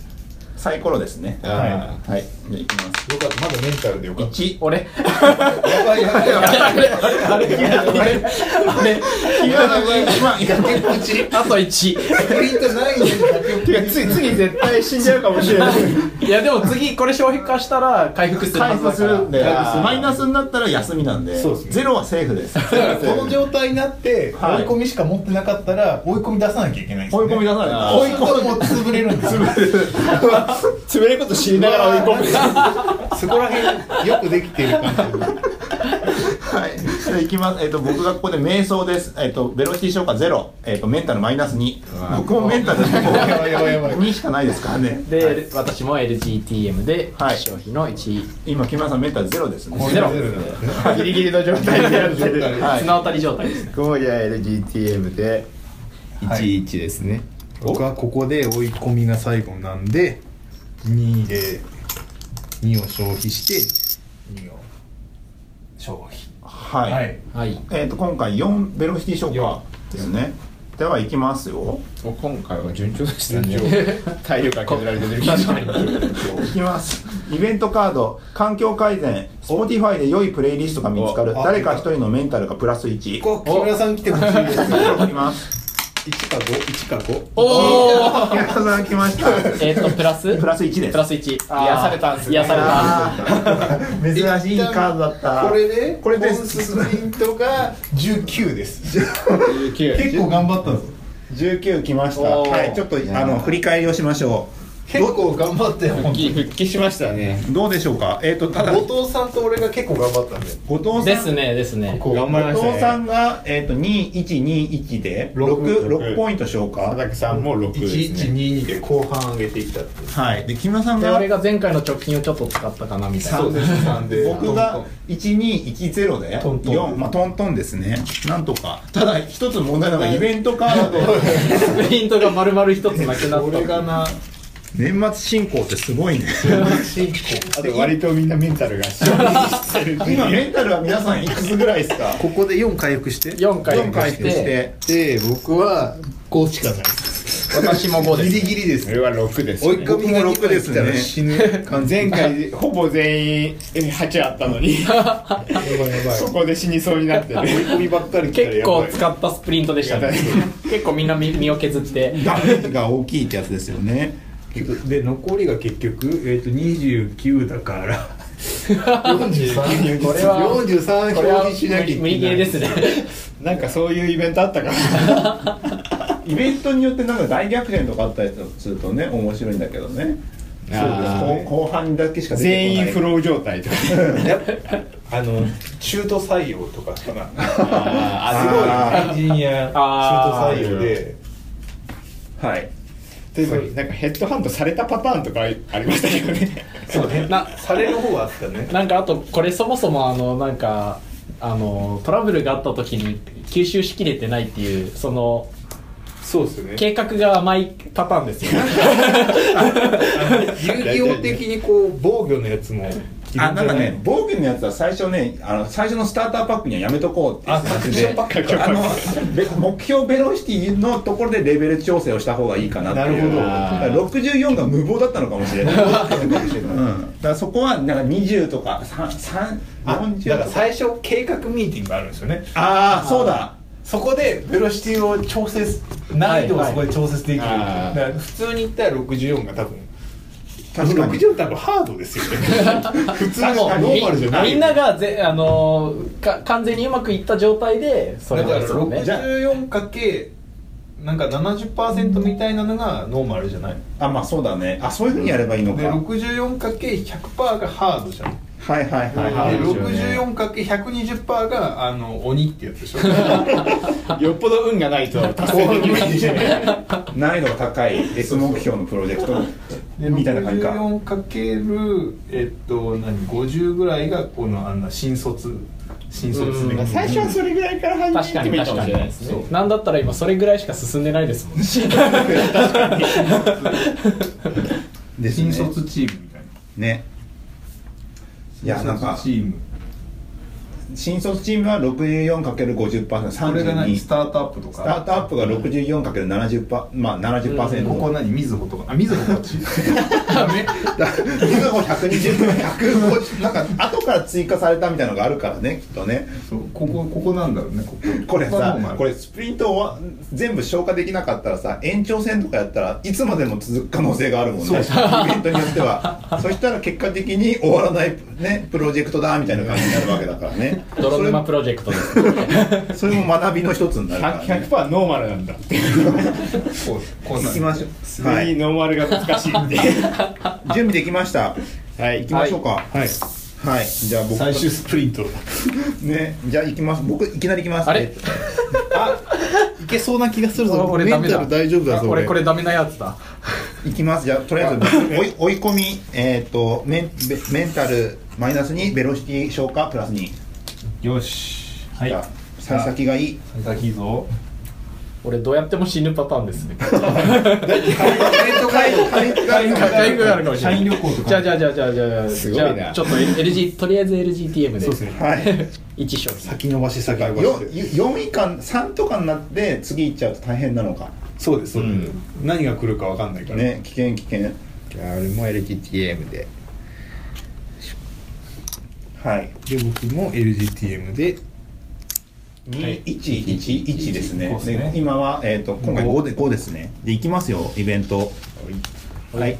A: サイコロですね
D: あ
A: はいはいじゃあいきます
F: よかったまだメンタルでよかっ
A: 1
B: 俺
F: たやばいやばいやばい
B: あれあれあと1
F: プリントないん
D: ーてかつい次絶対死んじゃうかもしれない
B: (laughs) いやでも次これ消費化したら回復するは
A: 回
B: ずだ
A: 復す
B: から
A: るんで
F: 回復する
A: マイナスになったら休みなんで
F: そうですね
A: ゼロはセーフです
F: この状態になって追い
A: はい
F: 込みしか持ってなかったら追い込み出さなきゃいけないんです
A: 追い込み出さないと
F: 追い込みも潰れるんですよ
D: 潰れること知りながら追い込む
F: そこら辺よくできてる感じ
A: はい、じゃあいきます。えっ、と、僕がここで瞑想です。えっ、と、ベロシティ消化ゼロ、えっ、と、メンタルマイナス二。僕もメンタル
F: やばいやばいやばい
A: 二しかないですからね。
B: で、私も LGTM で
A: はい
B: 消費の1、
A: 今、木村さんメンタルゼロですね。
B: ゼロ
D: ギリギリの状態でやってる
A: はい
B: 綱渡り状態ですね
D: こもじゃあ LGTM で11ですね、
C: 僕はここで追い込みが最後なんで2で2を消費してニーを消費
A: はい、
B: はい
A: えっ、と今回4ベロシティ消化ですねではいきますよ
D: もう今回は順調でしたね体力が削られてる
B: 確かに
A: いきますイベントカード環境改善 Spotify で良いプレイリストが見つかる
C: おあ
A: 誰か一人のメンタルがプラス1い
C: こ木村さん来てほしいです
A: きます
C: 1か51か5
B: おお
A: 木村さん来ました
B: えっとプラス
A: プラス1です
B: プラス1
D: あー
B: 癒されたんすね癒され
A: あ
B: た
A: ー珍しいカードだった
G: これで
A: これで
G: ボンスプリントが19です
C: (laughs) 結構頑張ったんですよ
A: 19来ました
B: おー
A: はいちょっとあの振り返りをしましょ
C: 結構頑張ったよ本当に
D: 復帰しましたね
A: うどうでしょうかえっ、とただ
C: 後藤さんと俺が結構頑張ったんで
A: 後藤さん
B: ですねですね
C: こう
D: 頑張りまし
A: 後
D: たね
A: 藤さんが、えー、と2121で
C: 六
A: 6,
G: 六
A: 6ポイント消化
D: 佐々木さんも6ですね
C: 1122で後半上げていったっていう
A: はいで木村さん
B: で
A: が
B: 俺が前回の直近をちょっと使ったかなみたいな
C: そうです3で
A: 僕が1210で
C: トントン
A: 4まあトントンですねなんとかただ一つ問題なのがイベントカード
B: スプリントが丸々一つなくなった
C: 俺がな
A: 年末進行ってすごいね
C: 進行
D: あと割とみんなメンタルが
A: 今メンタルは皆さんいくつぐらいですか
H: ここで4回復して
B: 4回
A: 4回復して
H: で僕は
C: 5しかない
B: 私も5です
C: ギリギリです
D: 俺は6です
C: 追い込みが
A: 僕も六ですね
C: 二回来たら死ぬ
D: 前回ほぼ全員8あったのにそこで死にそうになってる
G: 追い込みばっかり来たら
B: 結
G: やば
B: 構
G: い
B: 使ったスプリントでしたね結構みんな身身を削って
A: ダメージが大きいってやつですよね
H: で残りが結局、えー、と29だから
B: 43これは
G: 43
B: これは
G: 表示しなきゃいけない
B: 無理ゲーですね
D: なんかそういうイベントあったか
A: イベントによってなんか大逆転とかあったりするとね面白いんだけどね
D: あー
A: そうです後後半だけ
C: (laughs)
A: しか出てこない
D: 全員フロー状態とか
C: あの中途採用とかかな
A: あ
C: エンジニア
B: あー
C: 中途採用で
A: はい
D: 例えばなんかヘッドハンドされたパターンとかありましたけどね
B: そうねな
C: される方はあったね
B: なんかあとこれそもそもあのなんかあのトラブルがあった時に吸収しきれてないっていうその
C: そうですね
B: 計画が甘いパターンですよね
C: 遊戯王的にこう防御のやつも
A: あなんかね防御のやつは最初ねあの最初のスターターパックにはやめとこうって言っててあのべ目標ベロシティのところでレベル調整をした方がいいかなっていう
D: なる
A: ほど64が無謀だったのかもしれない、 (laughs) うん、だからそこはなんか20とか
C: あだ
A: 340
C: か
A: と
C: ら
A: か
C: 最初計画ミーティングがあるんですよね
A: ああそうだ
C: そこでベロシティを調節難易度をそこで調節できる、
D: はいはい
C: だから普通に言ったら64が多分
A: 確かに
C: 64多分ハードですよね普通のノーマルじゃない
B: みんながぜあのか完全にうまくいった状態でそれ
C: だか
B: で
C: ら
B: すよね
C: 64× かけなんか70%みたいなのがノーマルじゃない
A: あまあそうだねあそういうふうにやればいいのか、
C: で 64×100% がハードじゃない
A: はいはいはいはい
C: で
D: ハードですよね
C: 64×120% があの鬼ってやつでしょ
D: よっぽど運がないと達成できない
A: 難易度が
C: (laughs)
A: 高い S 目標のプロジェクト
C: で
A: みたいな感じか
C: 64× えっと何50ぐらいがこのあんな新卒新卒
B: うん
D: 最初はそれぐらいから始
B: 確か
D: めてもい
B: に
D: いかも
B: 確か
D: し
B: に
D: れない
B: で
D: です
B: す
D: ね
B: ねなんだったら今それぐらいしか進んでないです
C: (laughs)
B: もんね
A: です
C: 新
A: ね
C: 卒チームみたいな
A: ねいやなんか
C: 新卒チーム
A: 新卒チームは 64×50%32
C: これが何ス
A: スタ
C: タートアップとか
A: ートアップが 64×70% パまあ70%、
C: ここ何みずほとかあみずほこっち
A: みずほ120%なんか後から追加されたみたいなのがあるからねきっとね
C: そうここここなんだろうねここ
A: これさ
C: まあ
A: これスプリントは全部消化できなかったらさ延長戦とかやったらいつまでも続く可能性があるもんねイベントによってはそしたら結果的に終わらない、ね、プロジェクトだみたいな感じになるわけだからね
B: 泥
A: それ
B: 沼
A: も
B: プロジェクトですね
A: それも学びの一つになるから、ね、
D: 100%ノーマルなんだって
C: こうこうな
A: 行
C: ん
A: き
C: だ
A: ましょう、は、
D: はいい、
A: 準
D: ノーマルが難しいんで
A: (laughs) 備できました
D: はい
A: 行きましょうかはい、はい、じゃあ僕
C: 最終スプリント
A: ねじゃあ行きます僕いきなり行きます
B: あれ
A: えっと
C: いけそうな気がする
B: あ俺ダメだ
C: 大丈夫
B: あ俺これダメなやつだ
A: 行きますじゃあとりあえず追い (laughs) 追い込みえっ、とメンベメンタルマイナス2ベロシティ消化プラス2
C: よし
B: はい
A: じゃあ幸先がいい
C: 先いいぞ
B: 俺どうやっても死ぬパターンですね
C: イベント会
B: かゆくなるかもし
F: 社
B: れない
F: 員旅行とか
B: じゃあじゃあじゃあじゃあじゃあ
D: すごい
B: じ
D: な
B: ゃあちょっと LG とりあえず LGTM で
F: そうですね
A: はい
B: 一商品
E: 先延ばし先延ばしで
A: 4位か3とかになって次行っちゃうと大変なのか
F: そうですそうです、
D: う
F: 何が来るかわかんないから、
A: ね危険危険
D: じゃあ俺も LGTM で
A: はい
C: で僕も LGTM で
A: 2111ですね
F: そうですね
A: で今は、えー、と今回5で5ですねでいきますよイベントはい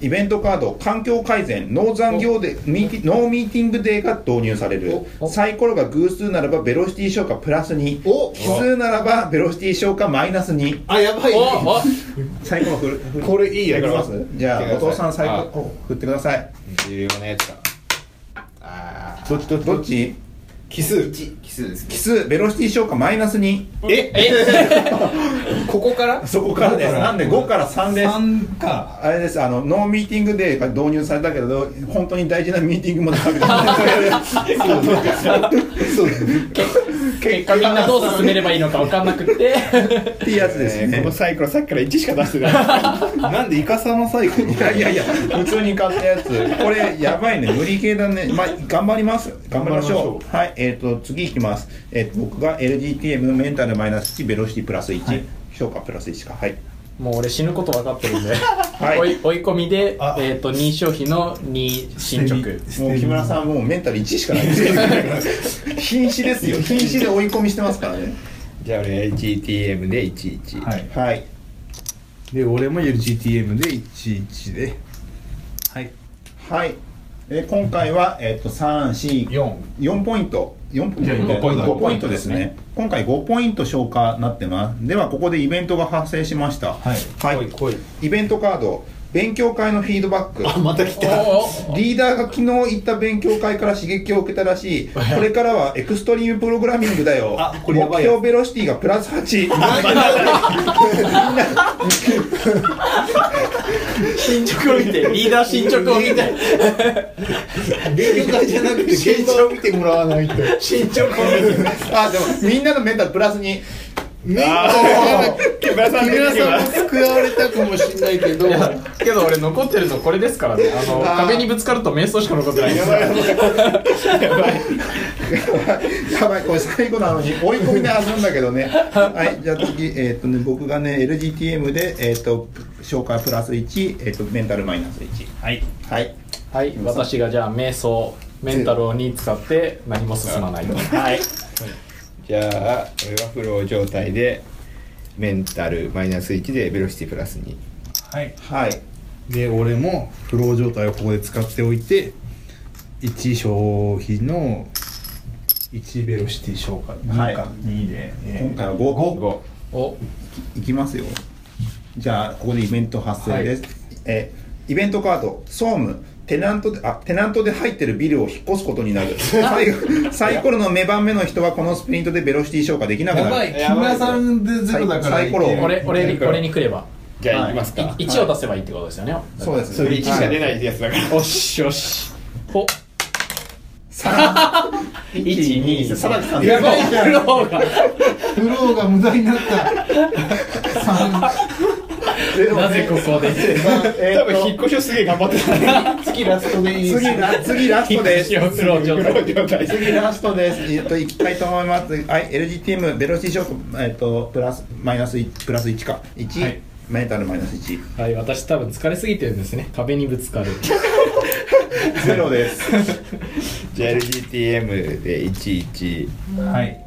A: イベントカード環境改善ノーザン行でミーティノーミーティングデーが導入される
B: おお
A: サイコロが偶数ならばベロシティ消化プラス2奇数ならばベロシティ消化マイナス2
E: あやばい
B: おお
A: サイコロ振る振る
E: これいいや
A: やり
E: つ
A: ますじゃあ後藤さんサイコロ振ってください
D: 重要なやつだああ
A: どっちどっちどっち
E: 奇数
D: 奇数です
A: 奇数ベロシティ消化マイナス2
D: えここから
A: そこからですなんで5から3です
F: 3か
A: あれですあのノーミーティングデーが導入されたけど本当に大事なミーティングもなくて
E: そうですね
B: 結果みんなどう進めればいいのか分かんなくって
A: っていうやつです
D: こ
A: ね
D: のサイコロさっきから1しか出してない
A: (laughs)
E: なんでイカサのサイクル
A: いやいやいや普通に買ったやつこれやばいね無理系だねまあ頑張ります頑張りましょうはいえっ、と次いきますえっ、と僕が LGTM のメンタルマイナス1ベロシティプラス1、評価プラス1かはい
B: もう俺死ぬこと分かってるんで、
A: い
B: 追い追い込みで
F: あ、
B: えー、と2消費の2進捗
A: もう木村さんもうメンタル1しかないです (laughs) けど瀕死ですよ瀕死で追い込みしてますからね
D: じゃあ俺 LGTM で11
F: はい
A: はい
C: で俺も LGTM で11ではい
A: はいえ今回は、えっと3 4
F: 4
A: 4ポイント4ポイン
F: い
A: ト
F: や
A: 5
F: 5
A: ポ
F: ポ
A: イ
F: イ
A: ン
F: ン
A: ト
F: ト
A: ですね今回5ポイント消化になってますではここでイベントが発生しました
F: はい
A: はい、イベントカード勉強会のフィードバック
E: あまた来
B: お
E: た
A: リーダーが昨日行った勉強会から刺激を受けたらしいこれからはエクストリームプログラミングだよ
E: あこれやばいやつ
A: 目標ベロシティがプラス8
B: 進捗を見てリーダー進捗を見て
E: 勉強会じゃなくて現場を見てもらわないと
B: 進捗を見て
A: あでもみんなのメンタルプラス2
E: メンタル木村さんも救われたかもしれないけど
B: いやけど俺残ってるのこれですからねあの
A: あー
B: 壁にぶつかると瞑想しか残ってないんですよ
A: (laughs) やばいこれ最後なのに追い込みで遊んだけどねはいじゃあ次えっ、とね僕がね LGTM でえっ、と紹介プラス1、えっとメンタルマイナス1はいはい
B: はい私がじゃあ瞑想メンタルを2使って何も進まないと
A: はい
D: じゃあ俺はフロー状態でメンタルマイナス1でベロシティプラス2
C: はい
A: はい
C: で俺もフロー状態をここで使っておいて1消費の1ベロシティ消化
A: はい
C: 2か2で、えー
A: 今回は5
D: 5
B: お
A: いきますよじゃあここでイベント発生です、えイベントカード総務テナントであテナントで入ってるビルを引っ越すことになるサイサイコロの目番目の人はこのスプリントでベロシティ消化できなくな
F: や
A: る
F: ばい木村さんでゼロだから
A: サイコロ
B: 俺俺に俺に来れば
D: じゃあいきますか、
B: 1を出せばいいってことですよね
A: そうです
D: それ1しか出ないやつだから
B: よしよしお
A: 123さらに3
B: やばいフローが
F: フローが無駄になった
B: なぜここで
D: 多分引っ越しをすげえ頑張ってたね
F: 次ラストでいいです
A: 次ラ次ラストです
B: 引っ越しをフロー状態
D: 状態
A: 次ラストですえっと行きたいと思いますはい LGTM ベロシティ消化えっとプラスマイナス1プラス1か1、
B: はい
A: メンタルマイナス1
B: はい、私多分疲れすぎてるんですね。壁にぶつかる。
A: ゼロです
D: じゃあ LGTM で11
C: はい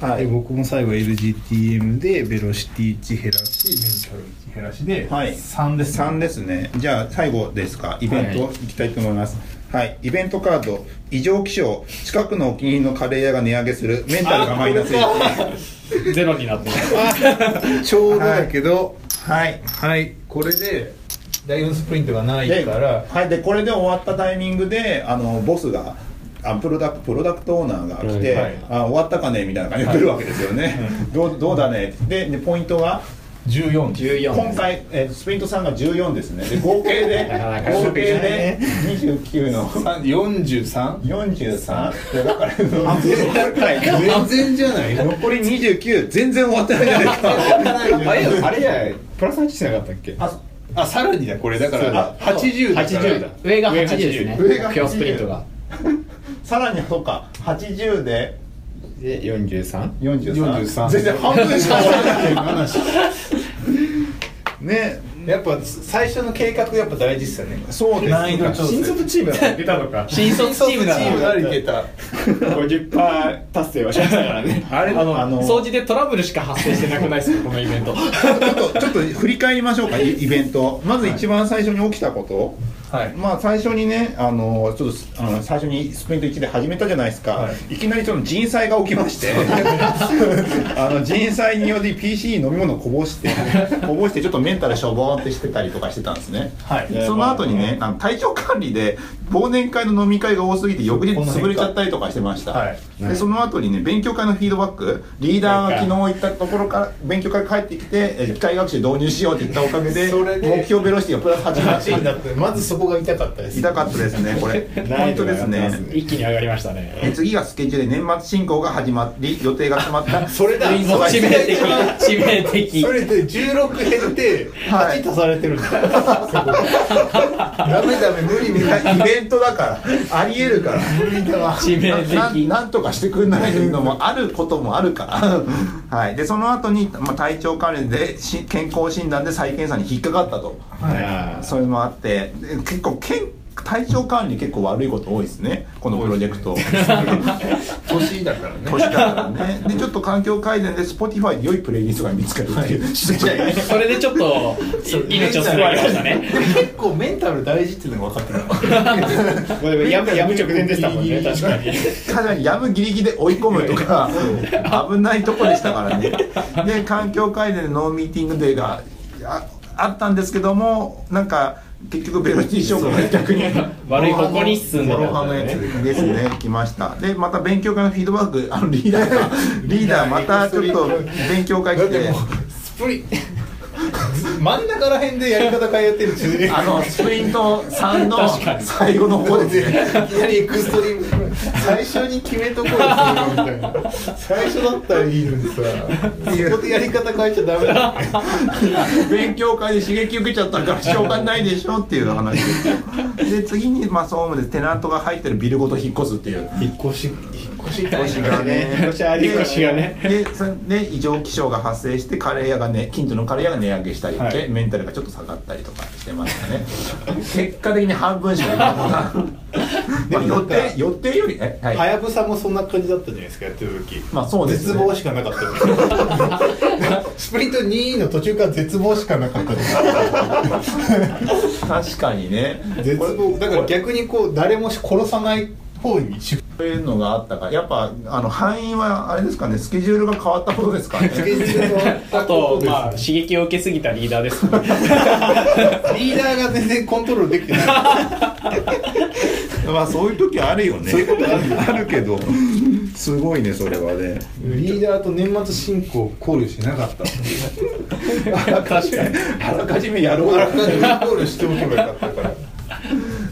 A: は
C: で
A: い
C: 僕も最後 LGTM でベロシティ1減らしメンタル1減らしで
A: はい
C: 3です、
A: 3ですねじゃあ最後ですかイベント
D: はい
A: 行きたいと思いますはい、イベントカード異常気象近くのお気に入りのカレー屋が値上げするメンタルがマイナス1
B: ゼロになってる。
C: ちょうどだけど
A: はい
C: はい、これで
F: 第4スプリントがない
A: で
F: から
A: はい、でこれで終わったタイミングであのボスがあプロダクプロダクトオーナーが来て、
F: はい
A: あ終わったかねみたいな感じで来るわけですよね、どうどうだねででポイントは
F: 14
B: 十四。
A: 今回、えースプリント3が14ですねで合計で
B: なか
A: 合計で29の
F: 43
A: 43でだから残
F: 全然じゃない
A: り29全然終わってないじゃないですか
D: あれあれやプラス8しなかったっけ
A: (laughs) あ
E: あさらにだこれだか
F: そう
E: ら
F: だ
E: あ80だから
B: 80だ上が80ですね
A: 上が80
B: 目標スプリントが
A: さらにそうか80で
D: で 43?
A: 43
F: 43
A: 全然半分しか終わらない (laughs) ね
F: やっぱ最初の計画やっぱ大事っすよね
A: そうです
F: 難易度調整
D: チームだったら出たのか
B: 新卒チームだ
F: チームならいけた
D: 50%達成はしましたからね
A: あれあの
B: 掃除でトラブルしか発生してなくないですかこのイベント
A: ちょっとちょっと振り返りましょうかイイベントまず一番最初に起きたこと、
F: はい
A: まあ最初にねあのちょっとすあの最初にスプリント1で始めたじゃないですか、い、きなりその人災が起きまして
F: (laughs)
A: あの人災により PC 飲み物こ
F: (laughs)
A: ぼしてこぼしてちょっとメンタルしょぼーんってしてたりとかしてたんですね、
F: はい
A: その後にねあの体調管理で忘年会の飲み会が多すぎて翌日潰れちゃったりとかしてました、
F: はい
A: でその後にね勉強会のフィードバックリーダーが昨日行ったところから勉強会帰ってきてえー機械学習導入しようって言ったおかげで
F: それで
A: 目標ベロシティがプラス8になって
F: 8位だってまずそこが痛かったです
A: 痛かったですねこ
F: (laughs)
A: れ本当ですね
B: 一気に上がりましたね
A: え次がスケジュールで年末進行が
F: (laughs)
A: 始まり予定が決まったそれだ
B: もう致命的致命的
F: それで16減って
A: (laughs) はい
F: 8足されてるん
A: (laughs)
F: だ、ダメダメ無理無
A: い
F: 理
A: やイベントだからありえるから
B: 致命的
A: なななんとかしてくんないのもあることもある (laughs) から、はい、でその後に、まあ、体調管理でし健康診断で再検査に引っかかったと、それもあってで結構けん体調管理結構悪いこと多いですねこのプロジェクト、
F: 年だからね
A: 年だからねでちょっと環境改善で Spotify で良いプレイリストが見つかるって (laughs) いう、
B: それでちょっとい命をつなぎましたね
F: でも結構メンタル大事っていうのが分かってる
D: やむやむ直前でしたも
F: (laughs)
D: んね確かに
A: ただやむギリギリで追い込むとか危ないとこでしたからねで環境改善でノーミーティングデーがああったんですけどもなんか結局ベロティ証拠が逆に
B: 悪い方向に進んで
A: ボ
B: た
A: ロハのやつですね来ましたでまた勉強会のフィードバックあのリーダーがリーダーまたちょっと勉強会来て
F: スプリ真ん中ら辺でやり方変えてる中で
A: あのスプリント3の
B: 確かに
A: 最後の方ですね
F: いきなりエクストリーム最初に決めとこうよそれはみたいな最初だったらいいのにさそこでやり方変えちゃダメだ
A: 勉強会で刺激受けちゃったからしょうがないでしょっていう話ですよで次にまあ総務でテナントが入ってるビルごと引っ越すっていう
F: 引っ越し引っ越し
A: 引っ越しがね
D: 引っ越しあり
A: で
D: 引っ越しがね
A: でそれで異常気象が発生してカレー屋がね近所のカレー屋が値上げしたりして、メンタルがちょっと下がったりとかしてましたね結果的に半分しかいなかった
F: で
A: まあ
F: も
A: 予
F: なんか
A: 定予定よりね、はい
F: はやぶさもそんな感じだったじゃないですかやってる時
A: まあそうですね
F: 絶望しかなかったよスプリント2の途中から絶望しかなかったです
A: 確かにね
F: 絶望だから
A: これ
F: 逆にこう誰も殺さない方にシフ
A: そういうのがあったからやっぱあの範囲はあれですかねスケジュールが変わったことですかね
F: ト
B: あとまあ刺激を受けすぎたリーダーですね
F: リーダーが全然コントロールできてない
A: まあそういう時あるよね。そういうことあるけど、すごいねそれはね。
F: リーダーと年末進行を考慮しなかった
B: 確かに
A: あらかじめやろう
F: あらかじめ考慮しておけばよかったからい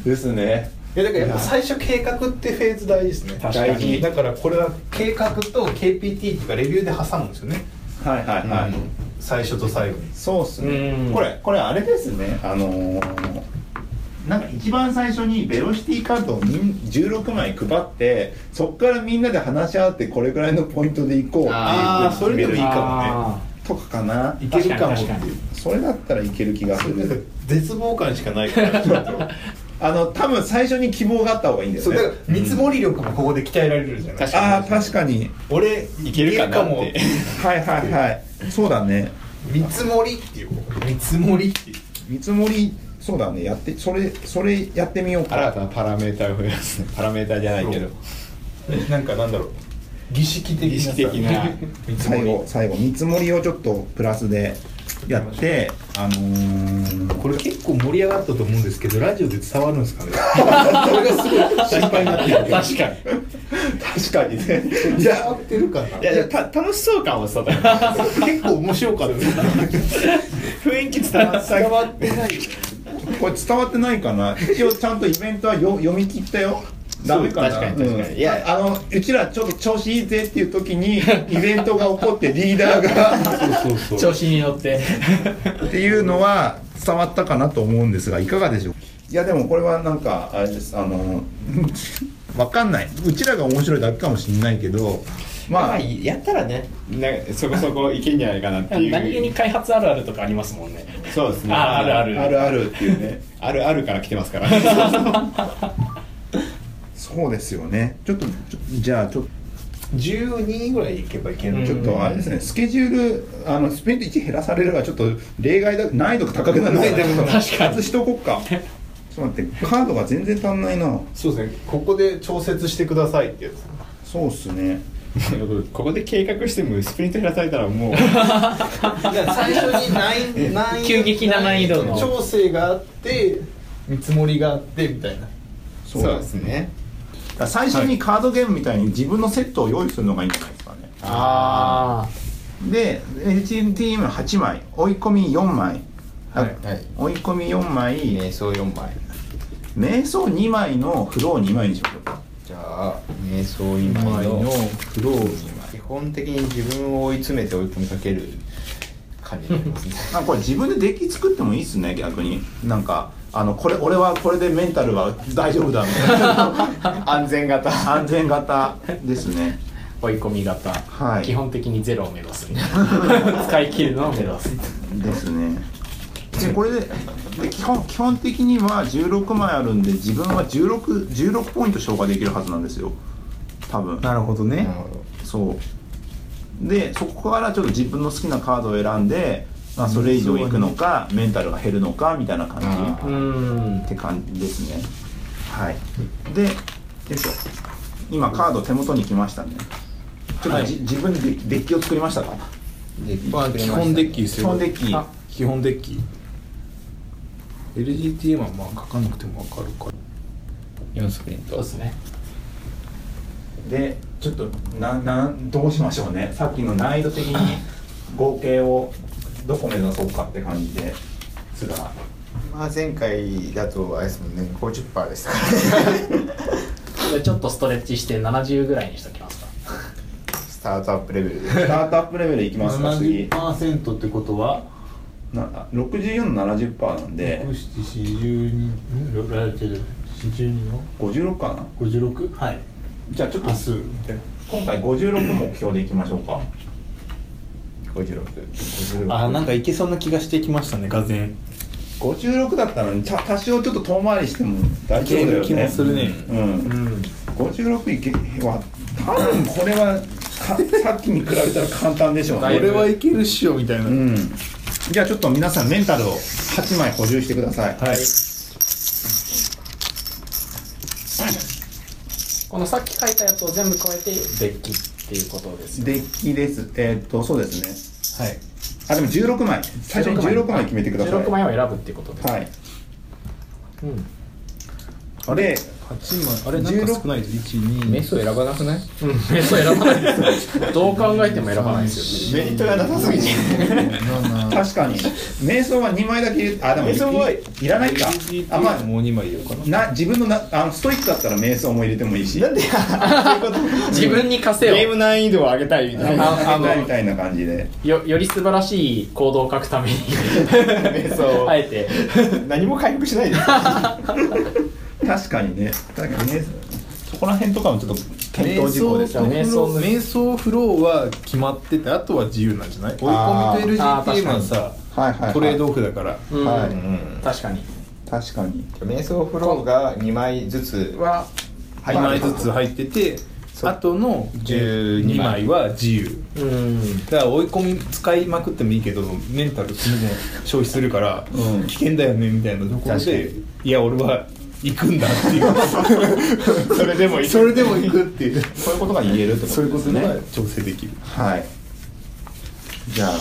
A: ですね。
F: やだからやっぱ最初計画ってフェーズ大事ですね
B: 確かに
F: だからこれは計画と KPT っていうかレビューで挟むんですよね
A: はいはいはい。
F: 最初と最後に
A: そうっす
B: う
A: ね
B: ん。
A: これこれあれですね。あのーなんか一番最初にベロシティカードをみん16枚配ってそこからみんなで話し合ってこれぐらいのポイントでいこうっていう
F: あーそれでもいいか
B: あ
A: とかかない
F: けるかもって
B: 確かに確か
F: いう
A: それだったらいける気がす
F: それなんか
A: る
F: 絶望感しかないからちょっと
A: あの多分最初に希望があった方がいいんだ
F: (laughs)
A: よ
F: そうだから
A: ね
F: 見積もり力もここで鍛えられるじゃない
D: 確
A: ああ
D: かに
A: 確かに
F: 俺いけるかも
D: いけるか
A: はいはいはいそうだね
F: 見積もりっていう見積もりっていう
A: 見積もりそうだねやってそれそれやってみよう
D: 新
A: か
D: たなパラメーターを増やすパラメーターじゃないけど
F: なんかなんだろう儀式的な
D: 意識的な
F: 見積
A: 最
F: も
A: 後最後見積もりをちょっとプラスでやってあのー、
F: (laughs) りこれ結構盛り上がったと思うんですけどラジオで伝わるんですかねそれがすごい心配になってる
B: に
D: (laughs)
B: 確かに
A: 確かにねい
F: 伝わ
A: や
F: ってるかない
D: やいやた楽しそう感は伝わっ
F: 結構面白かったです
D: た雰囲気伝わった
F: 伝わってない
A: これ伝わってないかな一応ちゃんとイベントはよ読み切ったよダメかな
D: そう確かに確かに
A: うん
D: いや
A: あのうちらちょっと調子いいぜっていう時にイベン
D: (laughs)
A: トが起こってリーダーが
F: そうそうそう
B: 調子に乗って
A: っていうのは伝わったかなと思うんですがいかがでしょういやでもこれはなんかあれですあの (laughs) わかんないうちらが面白いだけかもしれないけどま
D: ま
A: あ
D: あやったらねなそこそこいけんじゃないかなっていう
B: 何気に開発あるあるとかありますもんね
D: そうですね
B: ああるある
A: あるあるっていうね
D: あるあるから来てま
F: (laughs)
D: すからは
A: そうですよねちょっとちょじゃあちょっと
F: 12ぐらいいけばいける
A: ちょっとあれですねスケジュールあのスペイント1減らされればちょっと例外だ難易度が高くなるから
B: 確かに
A: 外しとこっかちょっと待ってカードが全然足んないな
F: そうですねここで調節してくださいってやつ
A: そうっすね
D: (laughs) ここで計画してもスプリント減らされたら (laughs) もう
F: 最初に難易難易
B: 急激な難易度の
F: 調整があって見積もりがあってみたいな
A: そ
D: そうう
A: だ
D: ですね
A: 最初にカードゲームみたいに自分のセットを用意するのがいいんじゃないですかね
B: あ
A: で HTM の8枚追い込み4枚、
C: は
D: は
C: い
D: い
A: 追い込み4枚
D: 瞑想4枚
A: 瞑想2枚のフロー2枚にしましょうか
D: じゃあ瞑想2枚の基本的に自分を追い詰めて追い込みかける感じになります (laughs) ね
A: なんかこれ自分でデッキ作ってもいいっすね逆になんかあのこれ俺はこれでメンタルは大丈夫だみたいな
D: (laughs) 安全型
A: 安全型ですね
B: あ追い込み型、
A: はい
B: 基本的にゼロを目指す使い切るのを目指す
A: ですねでこれでで基本基本的には16枚あるんで自分は16 16ポイント消化できるはずなんですよ多分
C: なるほどね
D: なるほど
A: そうでそこからちょっと自分の好きなカードを選んで、まあ、それ以上いくのかメンタルが減るのかみたいな感じ
D: あ
B: う
D: ー
B: ん
A: って感じですねはいでよいしょ今カード手元に来ましたねちょっとじ、自分でデッキデッキを作りましたか
D: で
C: まあ基本デッキです
A: 基
C: よ
A: 本デッキ
C: あ基本デッキ LGTM はまあ書かなくても分かるから
D: 4スプリン
B: そうですね
A: でちょっとななんどうしましょうねさっきの難易度的に (laughs) 合計をどこ目指そうかって感じですが
D: まあ前回だとあれですもんね50%でしたからね
B: でちょっとストレッチして70ぐらいにしときますか
D: スタートアップレベルで
A: スタートアップレベルいきますか次
F: 70%ってことは
A: な64の70%なんで
F: 6742の
A: 56かな
F: 56? はい
A: じゃあちょっと
F: 多数
A: 今回56目標でいきましょうか
D: 56 56
C: あなんかいけそうな気がしてきましたねがぜん
A: 56だったらねちゃ多少ちょっと遠回りしても大丈夫だよね
C: 気もするね
A: うん
C: うん
A: 56いけは多分これはか (laughs) さっきに比べたら簡単でしょうね
C: 俺はいけるっしょみたいな、
A: うんじゃあちょっと皆さんメンタルを8枚補充してください
C: はい
B: このさっき書いたやつを全部加えてデッキっていうことですよ
A: デッキですえーっとそうですね
C: はい
A: あでも16枚最初に16枚決めてください
B: 16枚を選ぶっていうことですね、
A: はい
B: うん
A: あれ
C: 8枚あれなんか少ないです
D: 瞑
C: 12
D: 想選ばなくない
B: うん、メスを選ばないですよどう考えても選ばないですよね
D: メリットがなさすぎて
A: 確かに瞑想は2枚だけ入れあでも
D: 瞑想はい
A: いらないかあまあ
C: もう2枚いるかな
A: な自分のなあのストイックだったら瞑想も入れてもいいし
B: 自分に稼
D: ゲー
B: せ
D: ム難易度を上げたいみたいな
A: あ (laughs) のみたいな感じで
B: をよより素晴らしい行動を書くために
D: 瞑想を
B: あえて
D: 何も回復しないです
A: (laughs) 確かにね確かにねそこら辺とかもちょっと検
C: 瞑
A: 討事項
C: 想
A: ですよね
B: 瞑
C: 瞑
B: 想
C: 想
B: の
C: 瞑想フローは決まっててあとは自由なんじゃない追い
A: あー
C: 込みと
B: あー
C: LGTM はさ
A: はいはい、はい、
C: トレードオフだから
B: うん、
A: は
B: 確かに
A: 確かに
D: 瞑想フローが2枚ずつ
B: は
C: 2枚ずつ入っててあとの
D: 12
C: 12枚は自由
B: うん
C: だから追い込み使いまくってもいいけどメンタルすぐ消費するから
A: うん
C: 危険だよねみたいなところでいや俺は行くんだっていう
D: (laughs) それでもいい
C: それでも行くっていう
A: そういうことが言えるってことですね
C: そういうことが調整できる
A: はいじゃあ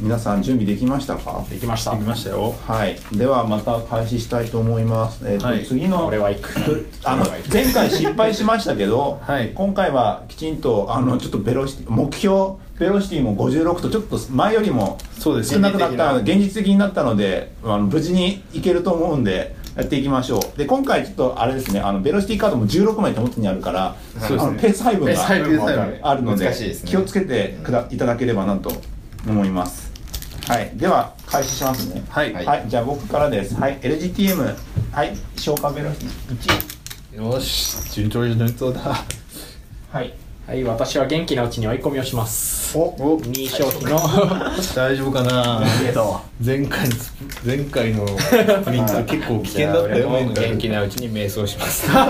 A: 皆さん準備できましたか
B: できました
C: できましたよ
A: はいではまた開始したいと思います、えーと
C: はい
A: 次の
B: 俺は行く
A: あの前回失敗しましたけど、
C: (laughs) はい
A: 今回はきちんとあのちょっとベロシティ目標ベロシティも56とちょっと前よりも
C: そうです
A: 少なくなった現実的になったのであの無事にいけると思うんでやっていきましょうで今回ちょっとあれですねあのベロシティカードも16枚手元にあるから、あのペース配分
B: ペース配分もわかる
A: があるので
D: 難しいですね
A: 気をつけてくだいただければなと思いますはいでは開始しますね
C: はい
A: はい、じゃあ僕からですはい LGTM はい消化ベロシティ1
E: よし順調順調だ
B: はい、はい、私は元気なうちに追い込みをします
E: おお
B: 2消費の
E: 大丈夫かな
B: えっと
E: 前回の前回の3つ結構危険だったよ
D: も元気なうちに瞑想します
A: (laughs)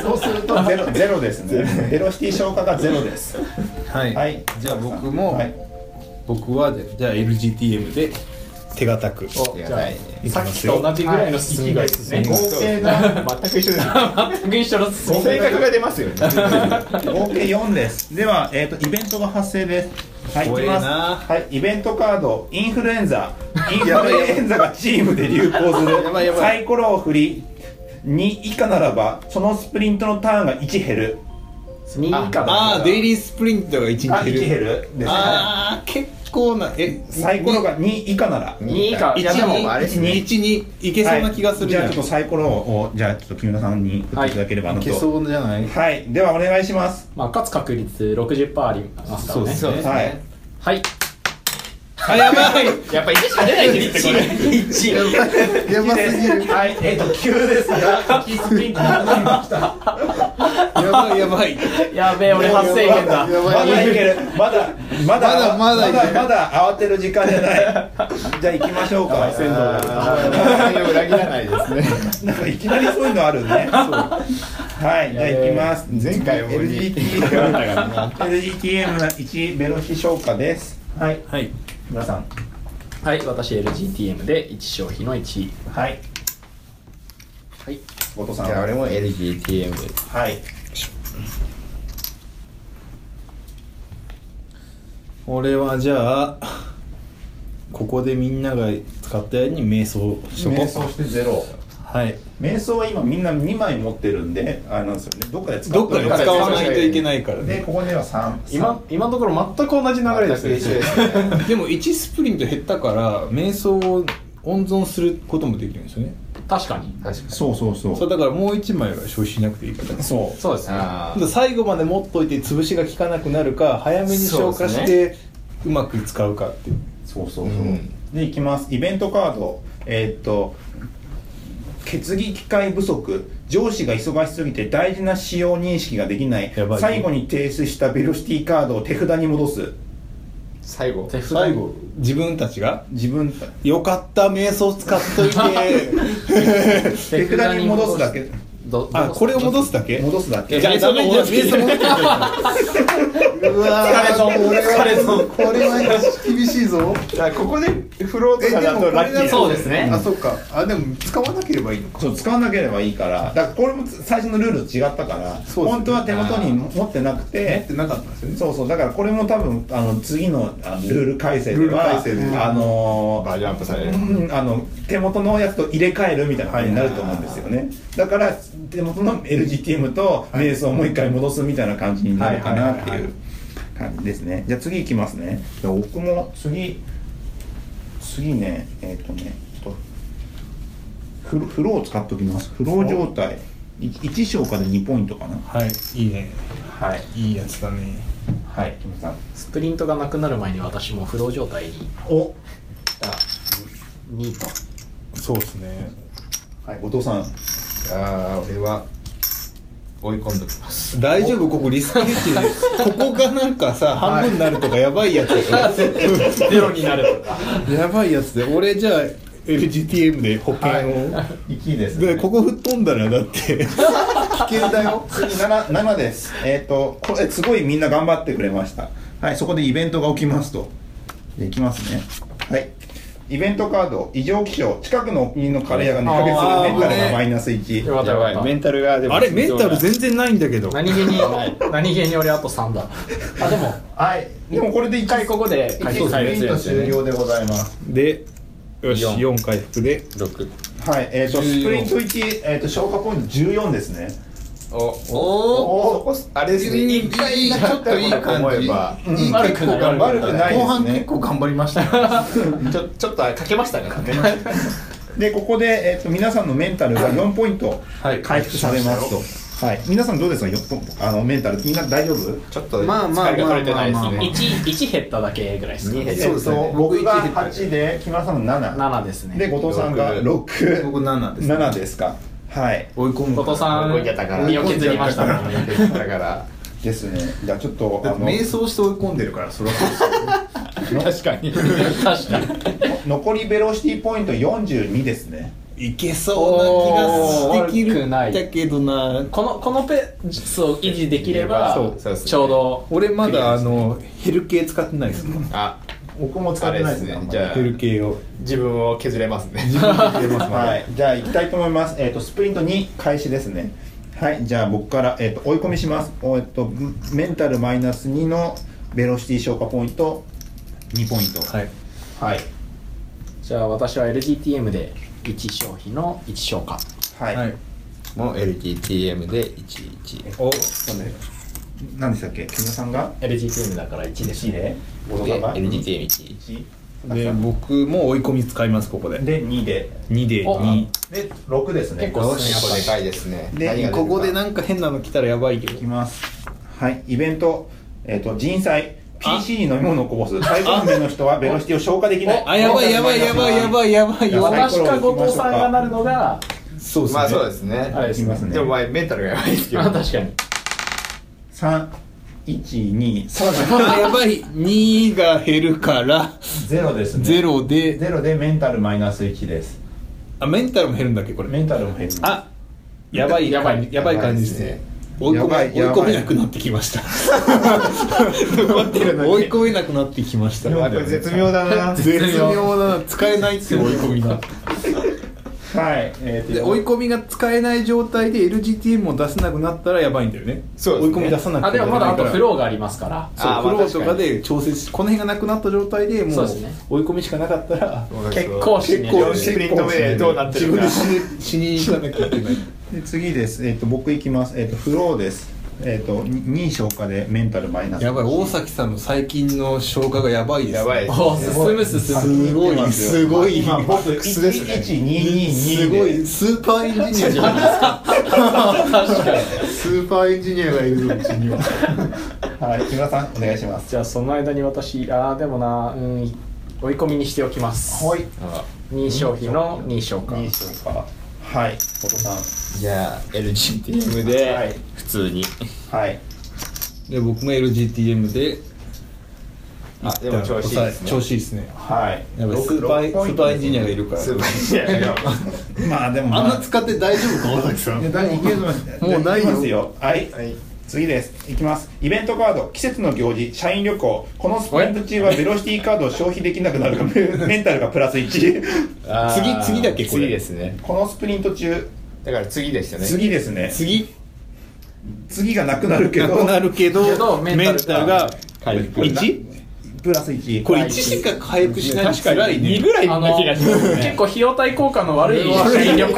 A: そうするとゼロゼロですねベロシティ消化がゼロです
C: はい、
A: はい
C: じゃあ僕も、
A: はい
C: 僕はじゃあ LGTM で手堅くいき
B: おじゃ
C: ま
B: あさっき
C: す
B: と
C: よ
B: 同じぐらいの進みがいいですね、
A: 合計が
B: (laughs) 全く一緒です全く一緒の進み
A: 正
B: が
A: 確が出ますよね合計4ですでは、えー、とイベントが発生ですはい、いきますはい、イベントカードインフルエンザインフルエンザがチームで流行する
C: ばいやばい
A: サイコロを振り2以下ならばそのスプリントのターンが1減る
B: 2以下だ
C: ああデイリースプリントが1
A: あ
C: 日
A: 1
C: 減る
A: 減るですね
C: ああ結構なえ
A: サイコロが2以下なら
B: 2以下
C: い
B: いやでも
D: あれですね
C: 1にいけそうな気がする
A: じ
C: じゃ
A: ゃあ
C: ん、
A: ちょっとサイコロをじゃあちょっと木村さんに振っていただければなと、はい
E: そうじゃない
A: ではお願いします
B: まあ勝つ確率60%ありますからね
C: そうですね
A: はい
B: はい
C: あやばい
B: やっぱ1しか出ないですってこれ1
A: やばすぎ
C: (laughs)
A: るはいえっ、と9ですがキスピン
C: やばいやばい
B: やべえ俺8000円だ
A: まだいけるまだまだ
C: まだまだいける
A: まだ慌てる時間じゃないじゃあ行きましょうか
B: 先導だ
D: 裏切らないですね
A: なんかいきなりそういうのあるねはいじゃあ行きます前回 LGTM1 ベロシ消化ですはい
C: はい
A: 皆さん
B: はい私 LGTM で1消費の1
A: はい
B: はい
A: 後藤さん
D: じゃあ俺も LGTM
A: はい
C: 俺はじゃあここでみんなが使ったように瞑想しとこ
A: 瞑
C: う
A: 想してゼロ
C: はい
A: 瞑想は今みんな2枚持ってるんであれなんですよねどっかで使
C: どっかで
A: で
C: 使わないといけないからね
A: でここでは3
B: 今今のところ全く同じ流れですね
C: でも1スプリント減ったから瞑想を温存することもできるんですよね
B: 確かに
A: そうそうそ
C: そうだからもう1枚は消費しなくていいから
A: そう
B: そうですね
D: あ
C: 最後まで持っといて潰しが効かなくなるか早めに消化
D: そ
C: し
D: う
C: てうまく使うかっていう
A: そうそうそう、
D: ん
A: でいきますイベントカードえーっと決議機会不足上司が忙しすぎて大事な使用認識ができない
C: やばい
A: 最後に提出したベロシティカードを手札に戻す
D: 最後
B: 手札
C: 最後自分たちが
A: 自分
C: 「よかった瞑想使っと
D: (laughs)
C: いて
A: 手札に戻すだけ
B: ど」
C: あこれを戻
B: す
C: すだけ
A: 戻すだけ
B: いや
C: ダメじゃん瞑想戻って
F: うわ
B: 疲れそう疲れそう
F: これは厳しいぞ
A: ここでフロー
F: えでもこれだ
B: そうですね
F: あそうかあでも使わなければいいのか
A: そう使わなければいいからだからこれも最初のルールと違ったから、
F: そうですね
A: 本当は手元に持ってなく
F: 持っててなかったんですよね
A: そうそうだからこれも多分あの次のあのルール改正で
F: ルール
A: は
F: 改正で
A: あのー
D: バージョンアップされる
A: うんあの手元のやつと入れ替えるみたいな感じになると思うんですよねだから手元の LGTM と瞑想をもう一回戻すみたいな感じになるかなっていう感じですねじゃあ次いきますねじゃあ僕も次次ねえっ、とねちょっとフロフローを使っておきますフロー状態1章から2ポイントかな
C: はいいいね
A: はい
C: いいやつだね
A: はいキムさん
B: スプリントがなくなる前に私もフロー状態に
A: お
B: 2と
C: そうっすね
A: はい後藤さん
D: ああ俺は追い込んできます
C: 大丈夫ここリスクヘッジでここがなんかさ半分になるとかやばいやつだよ
B: ゼロになるとか
C: やばいやつで俺じゃあ LGTM で保険を、
A: 1位ですね
C: でここ吹っ飛んだらだって
A: 危険だよ次 7, 7ですえっ、とこれすごいみんな頑張ってくれましたはいそこでイベントが起きますとでいきますねはいイベントカード異常気象近くのお気に入りのカレー屋が2ヶ
C: あー
A: 月メンタル
C: 危ね
A: が
C: え
A: マイナス1
B: よかったよか
D: メ
B: っ
D: ンタルがでも
C: あれメンタル全然ないんだけど
B: た何気に何気に俺あと3だあでも
A: はいでもこれで
B: 一
A: 1
B: 回ここで
A: 1
B: 解
A: ス
B: 説さ
A: プ
B: れる
A: リント終了でございます
C: でよし
D: 四
C: 4, 回復で
D: 6
A: はいえっ、と
C: 14
A: スプリント1、えー、と消化ポイント14ですね
D: おおおあれですね一回ちょっといい感じ
A: うん
B: 悪くない
A: 悪くないですね
F: 後半結構頑張りましたね
B: ちょちょっとかけましたね
A: でここで、えー、と皆さんのメンタルが4ポイント
C: はい
A: 回復されますはい、皆さんどうですかよあのメンタルみんな大丈夫
D: ちょっと
F: まあまあ
D: 疲れが取れてないです
F: まあまあまあまあ
D: ね
B: 1, 1減っただけぐらいですか、
D: 二減
B: ね、
D: そうですね
A: えっと僕が8で木村さんが7
B: 7ですね
A: で後藤さんが6
F: 僕7です
A: 7ですかはい
F: 追い込む
B: 後藤さん
D: 追い込んじゃったから
B: 身を削りましたもんね
D: だから
A: ですねじゃあちょっとあ
F: だって
A: の
F: 瞑想して追い込んでるからそれは
B: 確かに (laughs) 確かに
A: 残りベロシティポイント42ですね
C: いけ
B: そうな気がしてきるおー悪くないだ
C: けどな
B: このこのペースを維持できれば
D: そうそうですね
B: ちょうど
C: 俺まだあのヘル系使ってないですもん
D: あ
A: 僕も使
D: あ
A: って
D: れで
A: ない
D: す
A: あん
D: ね
A: まり
D: じゃあ
C: ヘル系を
D: 自分を削れますね
A: はい、じゃあ行きたいと思います。えっ、とスプリント2開始ですね。はい、じゃあ僕からえっ、と追い込みします。おえっ、とメンタルマイナス2のベロシティ消化ポイント2ポイント。
C: はい
A: はい。
B: じゃあ私は LGTM で1消費の1消化
A: はい。
C: はい
D: もう LGTM で11
A: お、なんで何でしたっけ？木村さんが
B: LGTM だから1です
A: 1
B: ね
A: で、後藤
D: で
A: さんが
D: LGTM1
A: 1
C: で僕も追い込み使いますここで
A: で2で
C: 2で
B: お
C: 2
A: で6ですね。
B: 結構
D: やっぱでかいですね何
A: で
D: が出るか
C: ここでなんか変なの来たらやばいけ
A: い
C: ど
A: きます。はい、イベント、えっ、と、人災、PC に飲み物をこぼす、対抗面の人はベロシティを消化できない。
C: あやばいやばいやばいやばいやばい
A: やばい
B: 私か後藤さんがなるのが
C: そうですね
D: まあそうですね
B: あれです
A: いき
B: ね
A: ますね
D: でもまあメンタルがやばいですけど
B: あ確かに
A: 三一二三
C: やばい2が減るから
A: ゼロですね。
C: 0で
A: ゼロでメンタルマイナス一です。
C: あメンタルも減るんだっけこれ
A: メンタルも減る。
C: あやばい
B: やばい
C: 感じやばい感じですね追い
A: や
C: 込
A: ば
C: め
A: い
C: 追い
A: やばい
C: 込めなくなってきました追い込めなくなってきました
D: これ絶妙だな
C: 絶妙だな使えないっていう追い込みが
A: はい。えーと
C: で追い込みが使えない状態で LGTM を出せなくなったらやばいんだよね
D: そうですね
C: 追い込み出さなく
B: あ
C: て
B: でもまだあとフ
C: ロ
B: ローがありますから
C: そう
D: あー
C: フロ
D: まあ
C: ーとかで調節しこの辺がなくなった状態でも
B: そう
C: う
B: ですね
C: 追い込みしかなかったら
B: 結構しね
D: 結構スプリント目でどうなって
C: 自
D: る
C: 分
D: か
C: で死に死に行かなきゃいけない
A: で次です。えっ、と僕いきます。えっ、とフローです。えっ、と二消化でメンタルマイナス。
C: やばい大崎さんの最近の消化がやばいです、ね、
D: やばいです
B: おー進む進む
A: すごい
C: すごい
A: 今僕一
D: すですね
A: 一二二二
C: すごいスーパーエンジニアじゃないですか
B: 確かに
F: スーパーエンジニアがいるのうちには
A: はい木村さんお願いします。
B: じゃあその間に私ああでもなうん追い込みにしておきます
A: はい。
B: 2消費の2消化
A: 二消化。はい。お父さ
D: じゃあ LGTM
A: はい
D: で普通に
A: ん。はい。
C: で僕も LGTM で
D: あでも調子いいですね
C: 調子いいですね
A: はい。
C: やばいスーパースーパーエンジニアがいるから
D: スーパーエンジニアが
A: まあでもま
F: あんな使って大丈夫か尾崎さん
A: いやだいけると思います
F: もうないよ
A: きますよはい、次ですいきますイベントカード季節の行事社員旅行このスプリント中はベロシティカードを消費できなくなるかメンタルがプラス1
D: あー
C: 次次だっけこれ
D: 次ですね
A: このスプリント中
D: だから次ですよね
A: 次ですね
C: 次
A: 次がなくなるけ
C: な
A: ど
C: (laughs) くなるけど
B: けどメ
C: メ
B: ン
C: ン
B: タルが
C: タル
D: 回
C: が
D: 復
C: 1?
A: プラス1
C: これ1しか回復しないのつらいね
D: ぐらい
B: あの結構費用対効果の悪い社員旅行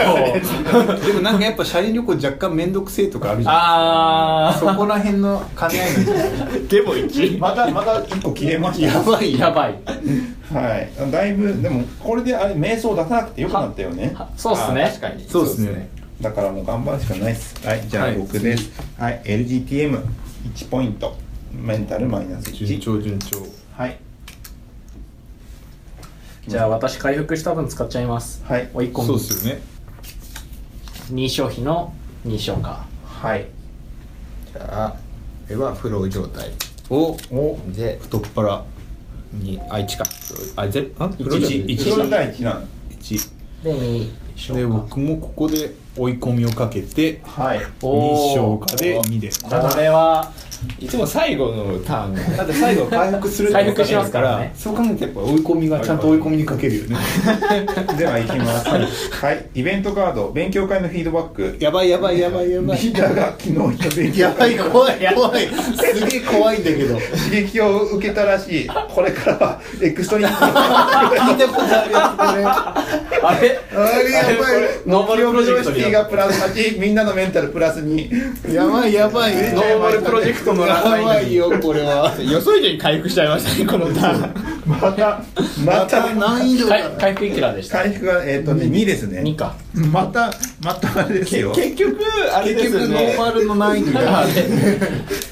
C: でもなんかやっぱ社員旅行若干面倒くせえとかあるじゃん
B: (laughs) あ
C: そこら辺の兼ね合いが
D: でも1
A: またまた1個消えまし
C: やばい
B: ーやばい
A: たはいだいぶでもこれであれ瞑想出さなくてよくなったよね
B: そうっすね
D: 確かに
C: そうですね
A: だからもう頑張るしかないですはいじゃあ
C: はい
A: 僕ですはい、LGTM1 ポイントメンタルマイナス
C: 順
A: 1
C: 調順調
A: はい
B: じゃあ私回復した分使っちゃいます
A: はい
B: 追い込
C: そ
B: む
C: うっすよね
B: 2消費の2消化
A: はい
D: じゃあこれはフロー状態
C: お
A: お
D: で
C: 太っ腹
D: にあ1か
C: あぜあプロ
B: 一
C: ジェクト
A: 一番第一弾
C: 1
B: で2
C: で
B: 消化
C: 僕もここで追い込みをかけて
A: はい
B: おー
C: 2消化で2で
B: これはい
D: つも最後のターンがね
C: だって最後回復するって
B: 回復しますからね
C: そう考えてやっぱ追い込みがちゃんと追い込みにかけるよね
A: では行きますはいイベントカード勉強会のフィードバック
C: やばいやばいやばいやばい
A: リーダーが昨日行った勉強
F: やば
A: 会
F: い怖い怖いすげえ怖いんだけど聞
A: 刺激を受けたらしいこれからはエクストリーム
F: いたことあるやつこれ
B: あれ
F: あれやばい
B: ノーマルプロジェクトに
A: ィがプラス8みんなのメンタルプラス2
E: やばいやばいノーマルプロジェクトのやばいよこれは
B: 予想以上に回復しちゃいま
C: (laughs)
B: したねこのターン
A: またまた
E: 難易度
B: 回回復いくらでした
A: 回復がえっ、とね2ですね
B: 2か
A: またまたあれですよ
D: 結局あれですよね
E: ルの難易度が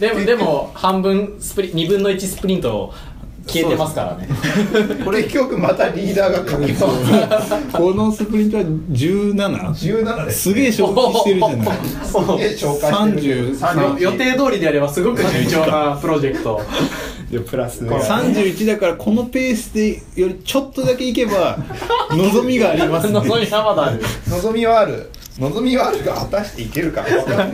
B: でもでも半分スプリ2分の1スプリント消えてますからね
A: これ結局またリーダーが書きます
C: このスプリントは 17?
A: 17です
C: すげえ消費してるじゃない
A: え紹介してる
C: 30
A: 30
B: 予定通りでやればすごく順調なプロジェクト
D: でプラスね
C: 31だからこのペースでよりちょっとだけいけば望
D: (laughs)
C: みがありますね
B: 望みはまだある
A: (laughs) 望みはある望みはあるが果たしていけるかわかんな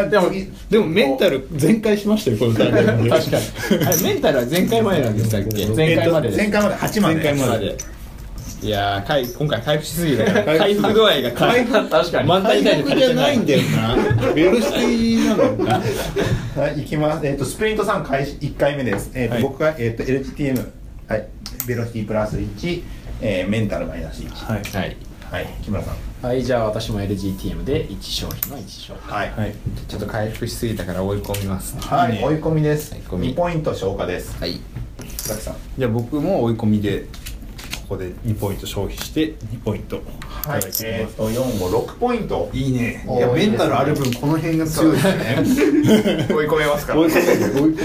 A: いでも
C: でもメンタル全開しましたよこの大会 (laughs) で
B: 確かに
D: あれメンタルは前回前なんでしたっけ
B: 前回までです
A: 前回まで8まで
C: 前回ま
D: ま
C: で
D: でいやーかい今回回復しすぎたから回復度合いが回復
B: 確かに
D: 満タン以内
C: 回
D: で
C: 復
D: 足り
C: じ
D: て
C: ゃないんだよなベロシティなんだよな
A: はい、いきます。えっ、と、スプリント3開始1回目です。えっ、と、
C: はい
A: 僕が、えっ、と、LGTM、はい、ベロシティプラス1、えーメンタルマイナス1。
C: はい
D: (laughs) はい
A: はい、木村さん。
B: はいじゃあ私も LGTM で1商品の1商品
A: はい。はい、
D: ちょっと回復しすぎたから追い込みますね
A: 追い込みです。
D: 追い込
A: 2
D: み
A: ポイント消化です。
D: はい
A: ザキさん。
C: じゃあ僕も追い込みでここで2ポイント消費して2ポイントい
A: は
C: ただ
A: い
C: きま。す、
A: えっ、と、4、5、6ポイント。
C: いいね
E: いやメンタルある
D: (laughs)
E: 分この辺が強いですね
A: 追い込めますか
E: 追い込める追い込める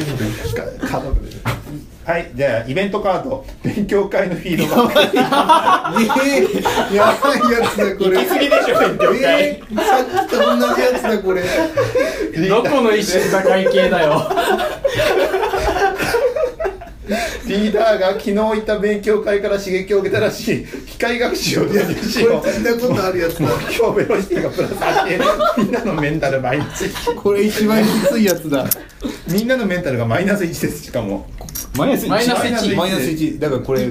A: はい、じゃあ、イベントカード、勉強会のフィードバック。
E: えーやばいやつだこれ
B: 行き過ぎでしょ勉強会
E: えーさっきと同じやつだこれ
B: どこの一種が会計だよ
A: リーダーが昨日行った勉強会から刺激を受けたらしい、機械学習を練習しよう
E: これ聞いたことあるやつだ
A: 今日ベロシティがプラス8みんなのメンタルマイナス1
E: これ一番きついやつだ
A: みんなのメンタルがマイナス1ですしかも
C: マイナス
B: マイナス
E: (laughs)
A: 1
E: マイナス1だからこれ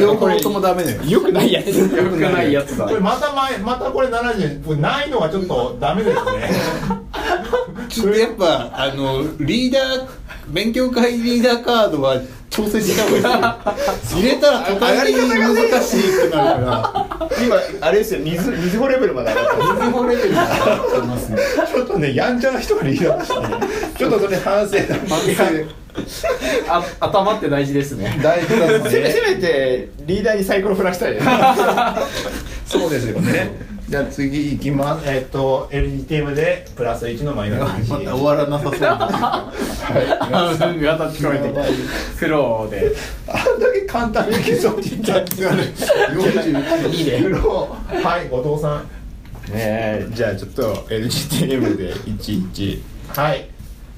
E: 両方ともダメだよ
B: よくないやつよくないやつだ
A: これまた前またこれ70これないのがちょっとダメですね
E: ちょっとやっぱあのリーダー勉強会リーダーカードは調整した方がいい入れたら途端に難しいってなるから
D: (laughs) 今あれですよ水水穂レベルまで上がっ
E: 水もレベルが上がってますね
A: ちょっとねやんちゃな人がリーダーだしたねちょっとそれ反省だ
E: 反省
B: あ頭って大事ですね
E: 大事だもん
D: せめ
E: ね
D: せめてリーダーにサイコロ振らしたいね
A: そうですよねじゃあ次いきますえっと LGTM でプラス1のマイナス
E: また終
A: 1
E: わらなさそうだ
B: あうんが立ち込めて苦労で
A: あんだけ簡単に消そうって言ったんですよね
B: いいね
A: はい後藤さん
D: えーじゃあちょっと LGTM で11
A: はい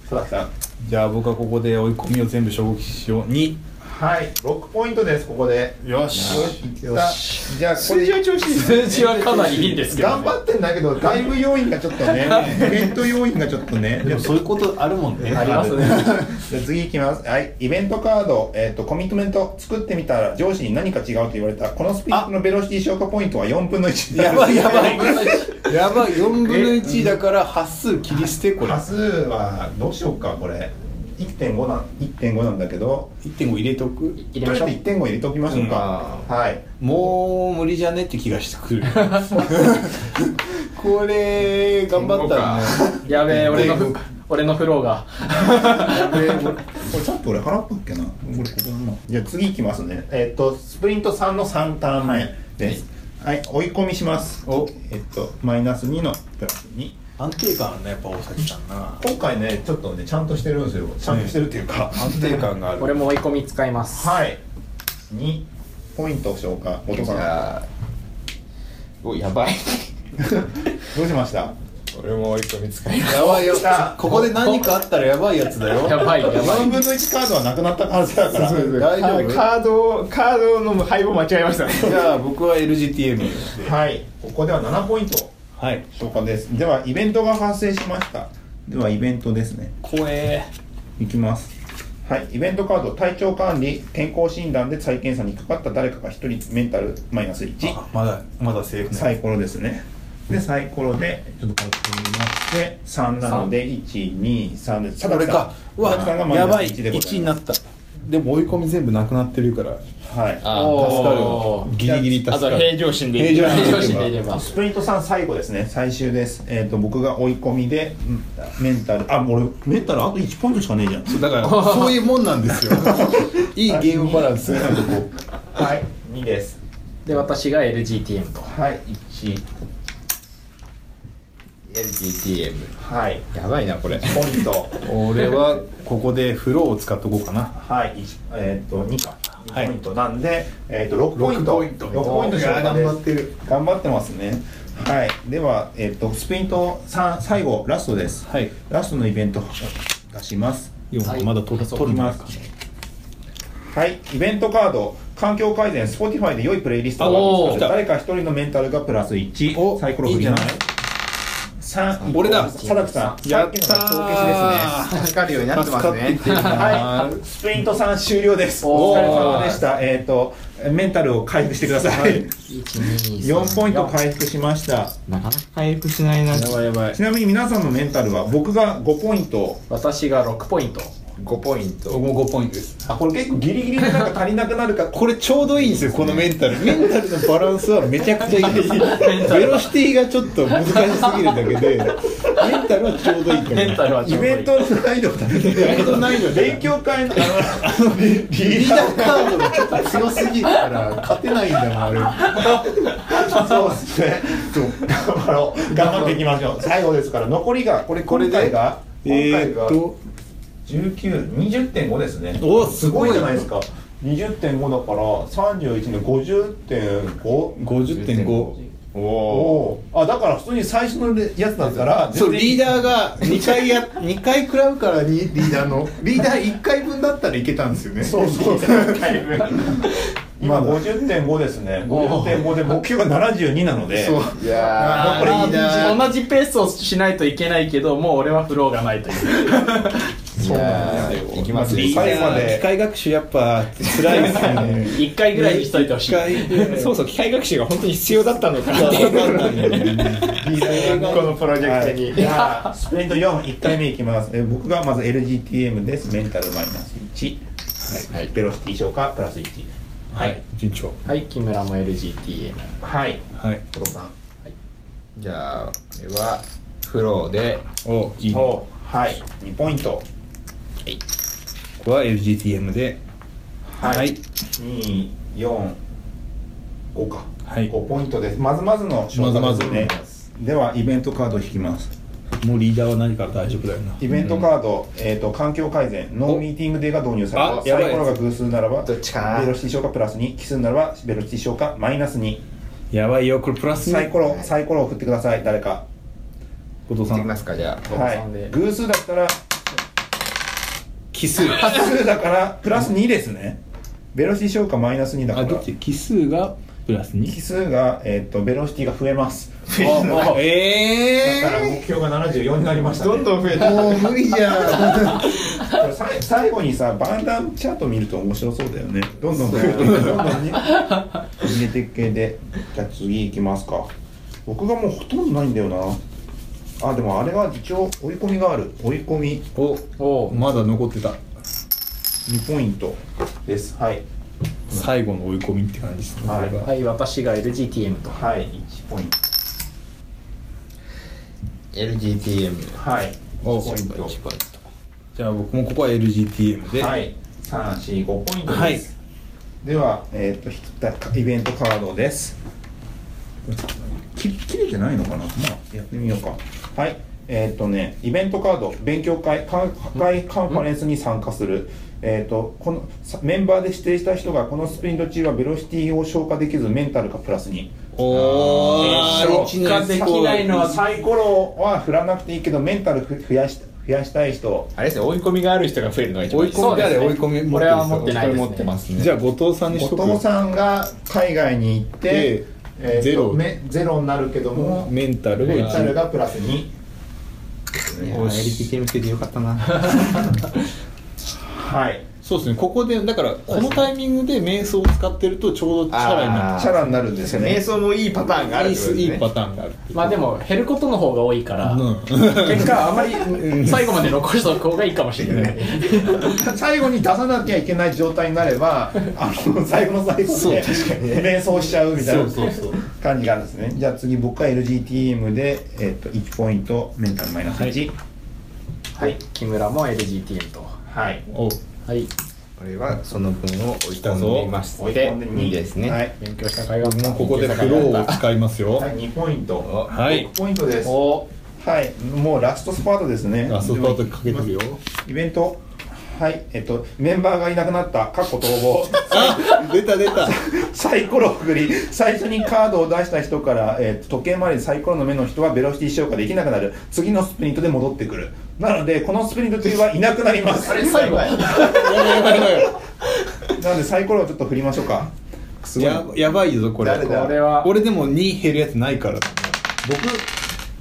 A: 佐々木さん
C: じゃあ僕はここで追い込みを全部消費しよう2
A: はい、6ポイントです、ここで。
C: よし
A: よし。じゃあ、これ、
B: 数字はかなりいいですけど
A: 頑
B: ね
A: 張ってんだけど、外部要因がちょっと (laughs) ね、イベント要因がちょっとね。
E: でもそういうことあるもんね
B: ありますね
A: じゃあ次いきます。はい、イベントカード、えっ、と、コミットメント作ってみたら、上司に何か違うと言われた、このスピードのベロシティ消化ポイントは4分の1。
E: やばいやばいやばい4分の1だから端数切り捨てこれ
A: 端数は、どうしようか、これ。1.5なん、1.5なんだけど、
E: 1.5入れとく
A: とり
B: 入れ
A: あえ
B: まし
A: ず
B: ょう
A: 1.5入れときましょうか。はい。
E: もう無理じゃねって気がしてくるこれ頑張ったらね
B: やべえ俺のフ俺のフローが
A: これちょっと俺払ったっけなこれここだなじゃあ次いきますねえっ、とスプリント3の3ターン目ですはい追い込みします
E: お
A: えっとマイナス2のプラス2
E: 安定感あるねやっぱ大崎さんな
A: 今回ねちょっとねちゃんとしてるんですよちゃんとしてるっていうか、
E: 安定感があ
B: 俺も追い込み使います
A: はい2ポイント消化お父
D: じ
A: さん
D: ゃあおやばい
A: どうしました
D: 俺も追い込み使い
E: やばいよ
A: 来た
E: (laughs) ここで何かあったらやばいやつだよ
B: (laughs) やばいやばい
A: 4分の1カードはなくなったはずだから
E: 大丈夫
D: カードカードの配分間違えましたね
E: じゃあ僕は LGTM で
A: はいここでは7ポイント
E: はい
A: 消化ですではイベントが発生しましたではイベントですね
C: 怖え
A: いきます。はい、イベントカード、体調管理、健康診断で再検査にかかった誰かが1人メンタルマイナス1、
E: あまだまだセーフね
A: サイコロですね。で、サイコロで、ちょっとこれ取りまして、3なので、1、2、3です。
E: これかうわ
A: 佐々木さんがマイ
E: や
A: ナス
E: ばい
A: 1でござ
E: 1
A: い
E: に
A: ま
E: な
A: す。
E: った
F: でも追い込み全部なくなってるから
A: はい
B: あ
F: ー助かる
B: おー
F: ギリギリ助かる
B: あと平常心でいれば
F: 平常
B: 平
F: 心
B: 常心で
F: で
B: い
F: い
B: れば
A: スプリントさん最後ですね最終ですえっ、と僕が追い込みでうんメンタルあもう俺メンタルあと1ポイントしかねえじゃん
F: だからそう (laughs) いうもんなんですよいいゲームバランスがあるとこ
A: はい2です
B: で私が LGTM と
A: はい1
D: LGTM
A: はい
D: やばいなこれ
A: ポイント
F: 俺はここでフローを使っとこうかな
A: はい1えっ、と2か
F: は
A: 2
F: い
A: ポイントなんで、えっ、と6ポイント
F: 六ポイント
A: 六ポイント消化
F: い
A: で
F: やー
A: す
F: 頑張ってる
A: 頑張ってますねはいでは、えっとスプリントさん最後ラストです
F: はい
A: ラストのイベント出します
F: 4
B: はい
F: まだ取る
B: そう
F: 取る
A: ますはい、イベントカード環境改善 Spotify で良いプレイリスト
B: おー
A: が誰か一人のメンタルがプラス1
F: お
A: サイコロ振ります三
F: 俺だ
A: 佐々木さん
F: やったー
A: さっきのが帳消しですね
D: 助かるようになって
F: 助
D: ます
F: かって
D: ね
F: きてるな
A: はい、スプリントさん終了ですお
B: お
A: 疲
B: ー
A: れ様でしたえっ、とメンタルを回復してください、4
B: 4
A: ポイント回復しました
D: なかなか回復しないな
F: やばいやばい
A: ちなみに皆さんのメンタルは僕が5ポイント
B: 私が6ポイント
D: 5ポイント
F: 僕も5ポイントです
A: あこれ結構ギリギリでなんか足りなくなるか
F: これちょうどいいんですよこのメンタルメンタルのバランスはめちゃくちゃいいですベロシティがちょっと難しすぎるだけでメンタルはちょうどいいか
B: メンタ
F: ら
B: ルはち
A: イ
B: ょうどいい
A: ベントの難易度が高い
F: ベロないので
A: 勉強会のあの
F: リーダーカードがちょっと強すぎるから勝てないんだもんあれ
A: そうですね。頑張ろう。頑張っていきましょう。最後ですから、残りが、これ、これ回が、今
F: え
A: 回
F: ー、
A: が
F: っと
A: 19、20.5ですね。
F: お
A: すごいじゃないですか。20.5だから、31の50.5。
F: 50.5
A: おおー。あ、だから普通に最初のやつだから、
F: そう
A: 全然
F: リーダーが2回や2回食らうからにリーダーのリーダー1回分だったらいけたんですよね
A: そうそうそう。今50.5ですね。50.5で目標が72なので。
F: そう
D: い
F: あ
D: や
F: ーリーダー
B: 同じペースをしないといけないけどもう俺はフローがないという
D: ーいやーいきますね
A: リーダー最後まで
F: 機械学習やっぱ辛いですよね
B: 1回ぐらいにしといてほしい
F: 機械で
D: そうそう機械学習が本当に必要だったのかって
F: わかんないんだよね
D: このプロジェクトに
A: じゃあスプリント41回目いきますえー僕がまず LGTM ですメンタルマイナス1、はい、ベロシティ消化プラス1はい
F: 順調
B: はい木村も LGTM
A: はい
F: はい
A: コロさん
D: じゃあこれはフローで
F: おいいね
A: おはい2ポイント
F: ここは LGTM ではい
A: 245か、
F: はい
A: 5ポイントですまずまずの消化ですね
F: まず
A: ではイベントカード引きます
F: もうリーダーは何から大丈夫だよな
A: イベントカード、えー、と環境改善ノーミーティングデーが導入さ
F: あ
A: れた
F: やばい
A: サイコロが偶数ならば
D: どっちかな
A: ベロシティ消化プラス2奇数ならばベロシティ消化マイナス2
F: やばいよこれプラス
A: サイ
F: ね
A: コロ、サイコロを振ってください、誰か。
F: 後藤
D: い
F: さ
D: きま
F: ん
D: すかじゃあ
A: は
B: さんで
A: い。偶数だったら、
F: 奇数
A: 奇数だから、プラス2ですね。ベロシティ消化マイナス2だか
F: あど
A: ら
F: っ。ち奇数がプラス
A: 奇
F: 2
A: 数が、えっと、ベロシティが増えます。
C: (laughs)
A: だから
F: え
A: 目標が74になりましたね。
D: ん増え
F: ー、もう無理じゃん
A: これさい最後にさ、バンダムチャート見ると面白そうだよね。どんどん増えていく、どんどんね。入れていく系で。じゃあ次行きますか。僕がもうほとんどないんだよな。あ、でもあれは一応追い込みがある。追い込み。
F: お
B: お
F: まだ残ってた
A: 2ポイントです。はい。
F: 最後の追い込みって感じですね
A: はい
F: これが
B: はい私が LGTM と
A: はい、1ポイント。
D: LGTM
A: はい。
F: お
A: ポイント。
F: じゃあ僕もここは LGTM で、
A: はい。三四五ポイントです。では、えっ、と、ひたイベントカードです。き切れてないのかな。まあ、やってみようか。はい。えっ、とね、イベントカード、勉強会、か会カンファレンスに参加する。えっ、と、このさメンバーで指定した人が、このスプリント中はベロシティを消化できず、メンタルがプラスに。
F: おー
A: 消化できないのは
F: は
A: サイコロは振らなくていいけど、メンタルふ増やし増やしたい人。
D: あれですね追い込みがある人が増えるのが一番いいです
B: そうですね
F: 追い込み持ってる人
B: これは持ってないですね
D: 持ってますね
F: じゃあ後藤さんにしとく
A: 後藤さんが海外に行って
F: で、
A: えーと
F: ゼロ
A: めゼロになるけども、メ
F: メンタルを
A: ンタル
F: 1
A: がプラス2。
D: いやー LGTM つけてよかったな
A: はい。
I: そうですねここでだからこのタイミングで瞑想を使ってるとちょうどチャラになっ
C: チャラになるんですよね
J: 瞑想もいいパターンがあ
I: て
J: るっ
I: い
J: て
I: い
J: ことですね
I: いいパターンがある
B: まあでも減ることの方が多いから、 (laughs) 結果あまり最後まで残しとく方がいいかもしれない
C: 最後に出さなきゃいけない状態になればあの最後の最後で瞑想しちゃうみたいな感じがあるんですね
A: じゃあ次僕は LGTM で、えっと1ポイントメンタルマイナス1、
B: はい木村も LGTM と
J: はい
I: お
B: はい
J: これはその分を追い込んでまして
A: 追い込んでみる
J: いいですね、
A: はい、
B: 勉強した会話
I: もうここでフローを使いますよ
A: はい、2ポイント
I: はい
A: 6ポイントです
B: お
A: はいもうラストスパートですね
I: ラストパートかけてるよ
A: イベントはいえっとメンバーがいなくなったかっこ逃亡
I: 出た出た
A: サイコロを振り最初にカードを出した人から、えっと時計回りにサイコロの目の人はベロシティ消化できなくなる次のスプリントで戻ってくるなのでこのスプリント中はいなくなります
B: 最後
A: なのでサイコロをちょっと振りましょうかすごい
D: ややばいぞこれ
C: 誰だ
B: これは
D: 俺でも2減るやつないから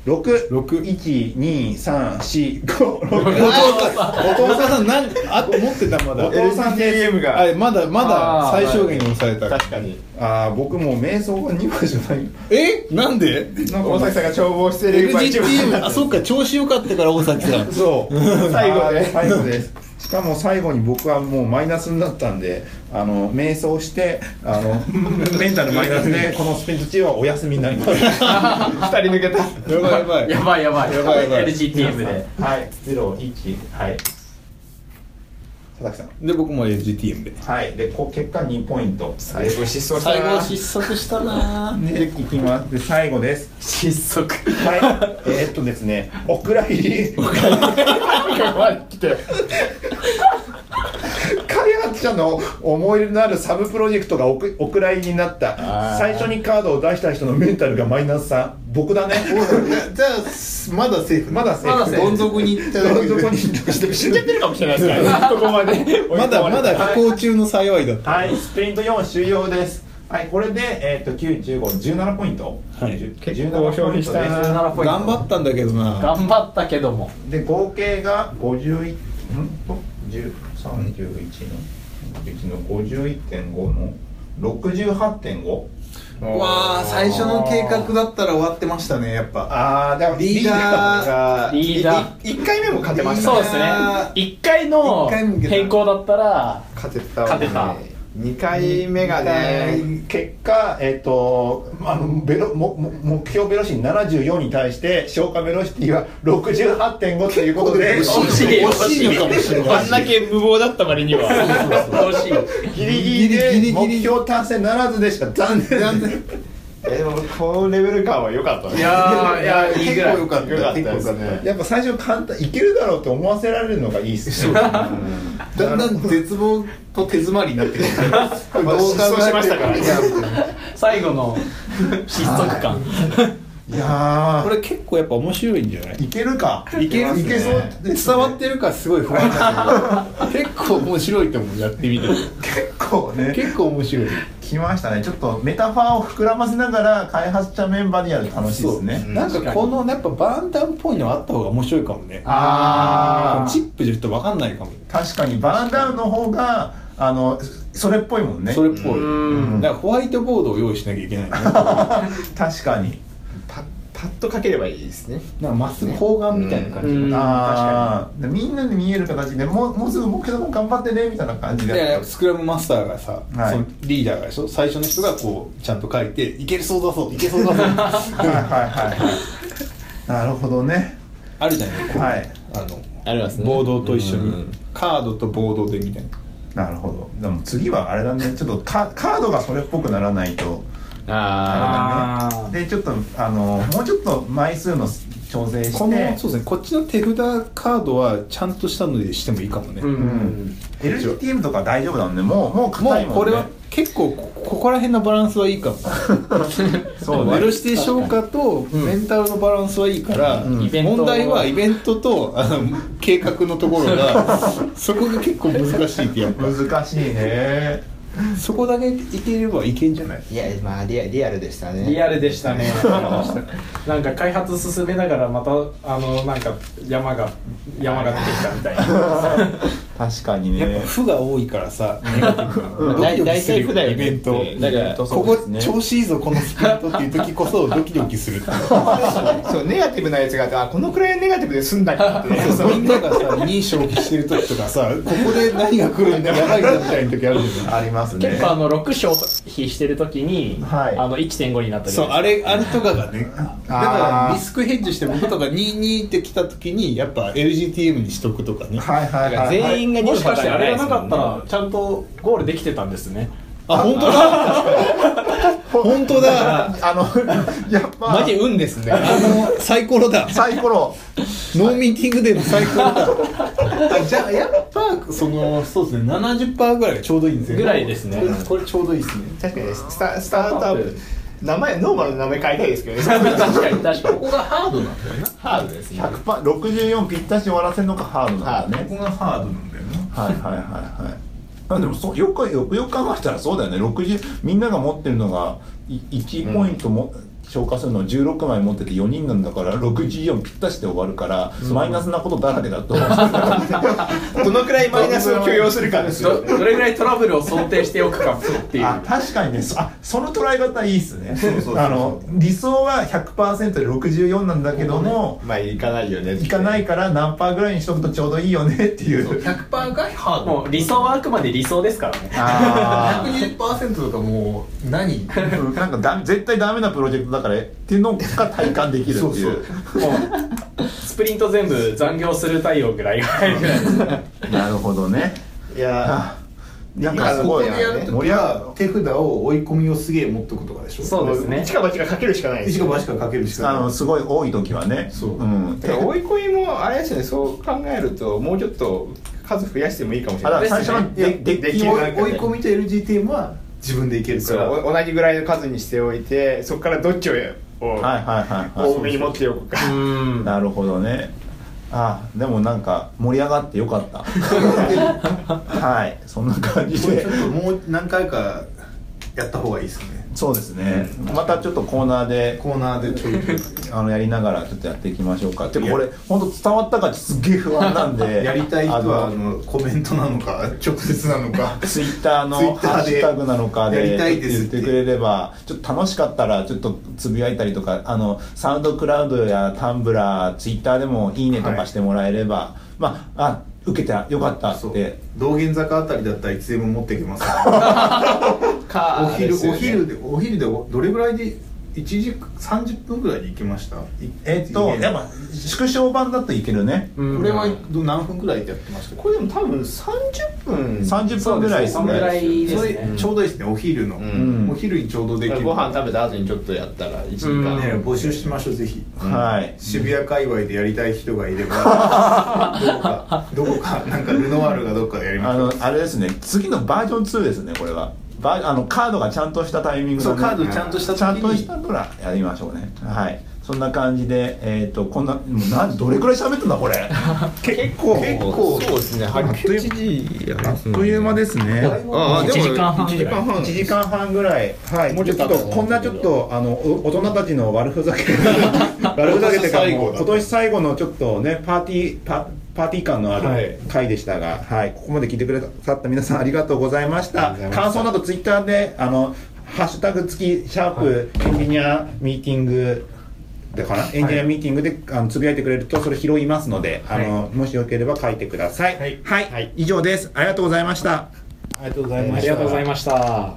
A: 六
D: 六
A: 一二三四五六
D: お父さんなんあと持ってたまだ
A: お父さんです
J: LGTM が
D: あまだまだ
B: あー
D: 最小限に抑えた
J: 確かに
A: ああ僕もう瞑想が苦手じゃない
D: えなんで
A: なんか
J: 大崎さんが眺望してる
A: (laughs)
I: LGTM あそっか調子良かったから大崎さん
A: そう
J: 最後ね
A: あー (laughs) 最後ですしかも最後に僕はもうマイナスになったんであの瞑想してあの (laughs) メンタルマイナスでこのスピント中はお休みになります
J: 二人抜けた
D: やばいやばい
B: やばいやばいやばい LGTM で
A: はい01はい佐々木さん
D: で僕も LGTM で
A: はいでこう結果2ポイント
J: 最後失踪した
I: 最
J: な
I: 後失速したな
A: でいきますで最後です
B: 失速
A: はい、えーっとですね、お蔵入り。開発者の思い入れのあるサブプロジェクトがおくお蔵入りになった。最初にカードを出した人のメンタルがマイナス3。僕だね。
C: (laughs) じゃあまだセーフ
A: まだセーフ。
C: どん底に行った
A: どん底に死んじゃってるかもしれない
B: (laughs)
A: ですから、ね、ここまで。
D: まだまだ不幸中の幸いだっ
A: (laughs)
D: た
A: はい、スプリント4終了です。はい、これで、えーっと、9、15、17ポイント。
D: はい
A: 結構消費した
B: 17ポイン
D: 頑
B: ト
D: 張ったんだけどな
B: 頑張ったけども
A: で合計が51んと10 31の1の51.5の68.5
C: わあ最初の計画だったら終わってましたねやっぱ
A: ああだから
C: リーダー
J: が
B: リーダ
J: いい一回目も勝てました
B: そ
J: ね
B: うですね1回の変更だったら
J: 勝てたわね
B: 勝て
J: 二回目がね
A: 結果、えっとあのベロもも目標ベロシティ74に対して消化ベロシティは68.5ということで
B: 惜しい惜しいのかもしれないあんだけ無謀だった割には惜しい
A: ギリギリ
D: ギリ
A: で
D: ギリ
A: 目標達成ならずでした残念
J: (laughs) えでもこのレベル感は良かったね
B: いやーいやいいぐ
C: 結
B: ら
C: 構
B: い
C: 良かった
J: 良かった
C: 結
J: で
C: 構良か
J: す
C: っ
J: ね
A: やっぱ最初簡単いけるだろうと思わせられるのがいいっ
J: (laughs)
A: すね
C: ただんだん絶望と手詰まりになってきて
D: (laughs)
C: どう
J: まあ失踪しましたからね
C: いや
B: 最後の失速感
A: いや
D: これ結構やっぱ面白いんじゃない
A: ーいけるか
C: いけるいけそう伝わってるからすごい不安だけ (laughs) ど結構面白いと思うやってみても
A: こうね
C: 結構面白い
A: 来ましたねちょっとメタファーを膨らませながら開発者メンバーでやる楽しいですね
D: なんかこのやっぱバーンダウンっぽいのあった方が面白いかもね
A: あ
D: チップじゃちょっと分かんないかも
A: 確かにバーンダウンの方があのそれっぽいもんね
D: それっぽい
A: ん
D: だからホワイトボードを用意しなきゃいけないねなんか
A: 確かに
J: パッパッとかければいいですね
D: まっすぐ砲丸みたいな感じ
B: うん
A: ああみんなで見える形でもうもうすぐ目標も頑張ってねみたいな感じ
D: いやい
A: で
D: やスクラムマスターがさ、
A: はい
D: そのリーダーがでしょ最初の人がこうちゃんと書いていけるそうだそういけそうだ
A: (laughs)
D: そう
A: はいはいはいはいなるほどね
D: あるじゃないこう
A: はい
D: あの
J: あります
D: ボードと一
J: う
D: 緒に
J: ん
D: カードとボードでみたいな
A: なるほどでも次はあれだねちょっとカカードがそれっぽくならないと
J: あ
B: あー
A: でちょっとあのもうちょっと枚数の調整して
D: このそうですねこっちの手札カードはちゃんとしたのでしてもいいかもね、
B: うん、
A: LGTM とか大丈夫なんでもうもう
D: も
A: 硬いうもんね
D: これは結構こここら辺のバランスはいいかも
A: そう
D: ベ
A: ね
D: ロシティ消化とメンタルのバランスはいいから、
B: んイベント
D: 問題はイベントとあの計画のところがそこが結構難しいってやっぱ
A: 難しいね
D: そこだけいければいけんじゃない
J: ーいやまあリアリアルでしたね
B: リアルでした
C: (laughs)
B: ねなんか開発進めながらまたあのなんか山が山が出てきたみたいな
A: 確かに
K: やっ
A: ね
K: ぱ負が多いからさネガティブなの
A: うん
K: ドキドキ
D: 大
K: する
D: 体
K: よ
D: 負だよ
K: イ
D: ね
K: ベント
D: って
A: だから
K: ここ調子いいぞこのスピードっていう時こそドキドキする
D: そうネガティブなやつがあってあこのくらいネガティブで済んだかって
A: (laughs)
K: そうそうみんながさいい消費してる時とかさここで何が来るんだやばいなみたいな時あるじゃん
A: ありますね
B: 結構あの6消費してる時に、
A: はい
B: あの1.5になったり
C: そうあれあれとかがねだから
A: あー
C: リスクヘッジして僕とか22って来た時にやっぱ LGTM にしとくとかね
A: はいはいはい
D: 全員が
B: も
D: 2
B: し
D: しか
B: かしてあれ
D: で
B: が
D: す
B: なか
D: もん
B: っ
D: ね
B: たらちゃんとゴールできてたんですね
C: あ本当だ本当だ
A: あの (laughs) やっぱ
D: マジ運ですね
C: あのサイコロだ
A: サイコロ
C: ノーミーティングでの最高だあじゃあやっぱそのそうですね70%ぐらいがちょうどいいんですよね
B: ぐらいですね
C: これちょうどいいですね
L: 確かにスタスタート
D: (laughs)
L: アップ名前ノーマルの名前変えたいですけどね
B: 確かに確かに
L: こがハードなんだよね
D: ハードですね
A: 100パ64ぴったし終わらせるのがハードなんだね
L: ここがハードなんだよね
A: はいはいはいはいあでもそうよくよくよく考えたらそうだよね60みんなが持ってるのがい1ポイントも、消化するのを16枚持ってて4人なんだから64ぴったしで終わるから、マイナスなことだらけだと
L: (laughs) どのくらいマイナスを許容するか
A: (laughs)
L: ですよ
B: どどれぐらいトラブルを想定しておくかっていう
A: あ確かにねそあその捉え方いいっすね
L: そうそうそう
A: あの理想は100%で64なんだけども、
D: まあいかないよね
A: いかないいから何パーぐらいにしとくとちょうどいいよねっていう
L: 100%がハー
B: もう理想はあくまで理想ですからね
A: あー
L: 120%とかもう
C: (laughs)
L: 何
A: うんなんかだ絶対ダメなプロジェクトだからっていうのが体感できるっていう
L: そう
B: もうスプリント全部残業する太陽ぐらいが入るぐらいですね
A: なるほどね
L: いや
A: あなんかすごい
L: ここでやると
A: 盛り上が
C: 手札を追い込みをすげえ持っとくとかでしょ
B: そうですね
L: 一か八かかけるしかないです
C: 一か八かかけるし
A: あ
C: か
A: のすごい多い時はね、
C: そうん
D: だから追い込みもあれですよねそう考えるともうちょっと数増やしてもいいかもしれ
A: あ
D: ない
A: だ
D: です
A: 最
D: ね
A: 初のデデッキを
C: 追い追い込みと LGTM は自分でいけるか
D: そう
C: ら
D: お同じぐらいの数にしておいてそこからどっちを
A: はい
D: を
A: はいはいはい
D: 多めに持っておくか
B: うん
A: なるほどねあでもなんか盛り上がってよかった (laughs) はいそんな感じ
C: これ
A: で
C: ちょっともう何回かやった方がいいですね
A: そうですね、またちょっとコーナーで
C: コーナーでちょいちょい
A: あのやりながらちょっとやっていきましょうかてかこれ本当伝わったかすっげえ不安なんで
C: (laughs) やりたい人は
A: あ
C: あ
A: の
C: のコメントなのか直接なのか
A: ツイッターの
C: Twitter で
A: ハッシュタグなのか
C: や
A: で
C: りたいで
A: 言
C: すっ
A: っててくれればちょっと楽しかったらちょっとつぶやいたりとかあのサウンドクラウドやタンブラーツイッターでも「いいね」とかしてもらえれば、まああ受けてよかった
C: そ
A: っ
C: う
A: て
C: 道玄坂あたりだったらいつでも持ってきます
D: か
C: お昼
D: ですよ
C: お
D: ね
C: 昼でお昼でおどれぐらいで1時間30分ぐらいで行きましたい
A: えっと
C: いけ
A: やっぱ縮小版だといけるね
B: うん
C: これはど何分ぐらいでやってましたか
D: これでも多分30分
A: 30分ぐらいです
B: そんぐら
A: ね
B: いです
C: そ
B: ね
C: れちょうどいいですねお昼の、
D: ん
C: お昼にちょうどできる
D: ご飯食べた後にちょっとやったら1時間、
C: ね募集しましょうぜひ
A: はい
C: 渋谷界隈でやりたい人がいればどこかどこかなんかルノワールがどっかでやりま
A: あ
C: しょう
A: のあれですね次のバージョン2ですねこれはバーあのカードがちゃんとしたタイミングだね
C: そうカードちゃんとした時
A: ちゃ
C: に
A: んとしたらやりましょうねはいそんな感じでえっ、とこんなもうなんどれくらい喋ったんだ (laughs) これ
D: 結構結
C: 構
D: そうですね8時やりますもんね
A: すね
D: ああでも
B: 1時間半
D: 1時間半
A: 1時間半ぐらい、はい、
D: もうちょっと
A: こんなちょっとあのお大人たちの悪ふ (laughs) ざけ悪ふざけっていうかもう今年最後のちょっとねパーティーパパーティー感のあ
C: はい
A: る回でしたが、はいここまで聞いてくださった皆さんありがとうございました感想などツイッターであのハッシュタグ付きシャープ、エンジニアミーティングでかなエンジニアミーティングで、あのつぶやいてくれるとそれ拾いますので、あのもしよければ書いてください。はい、以上です。ありがとうございました。
C: ありがとうござい
B: ありがとうございました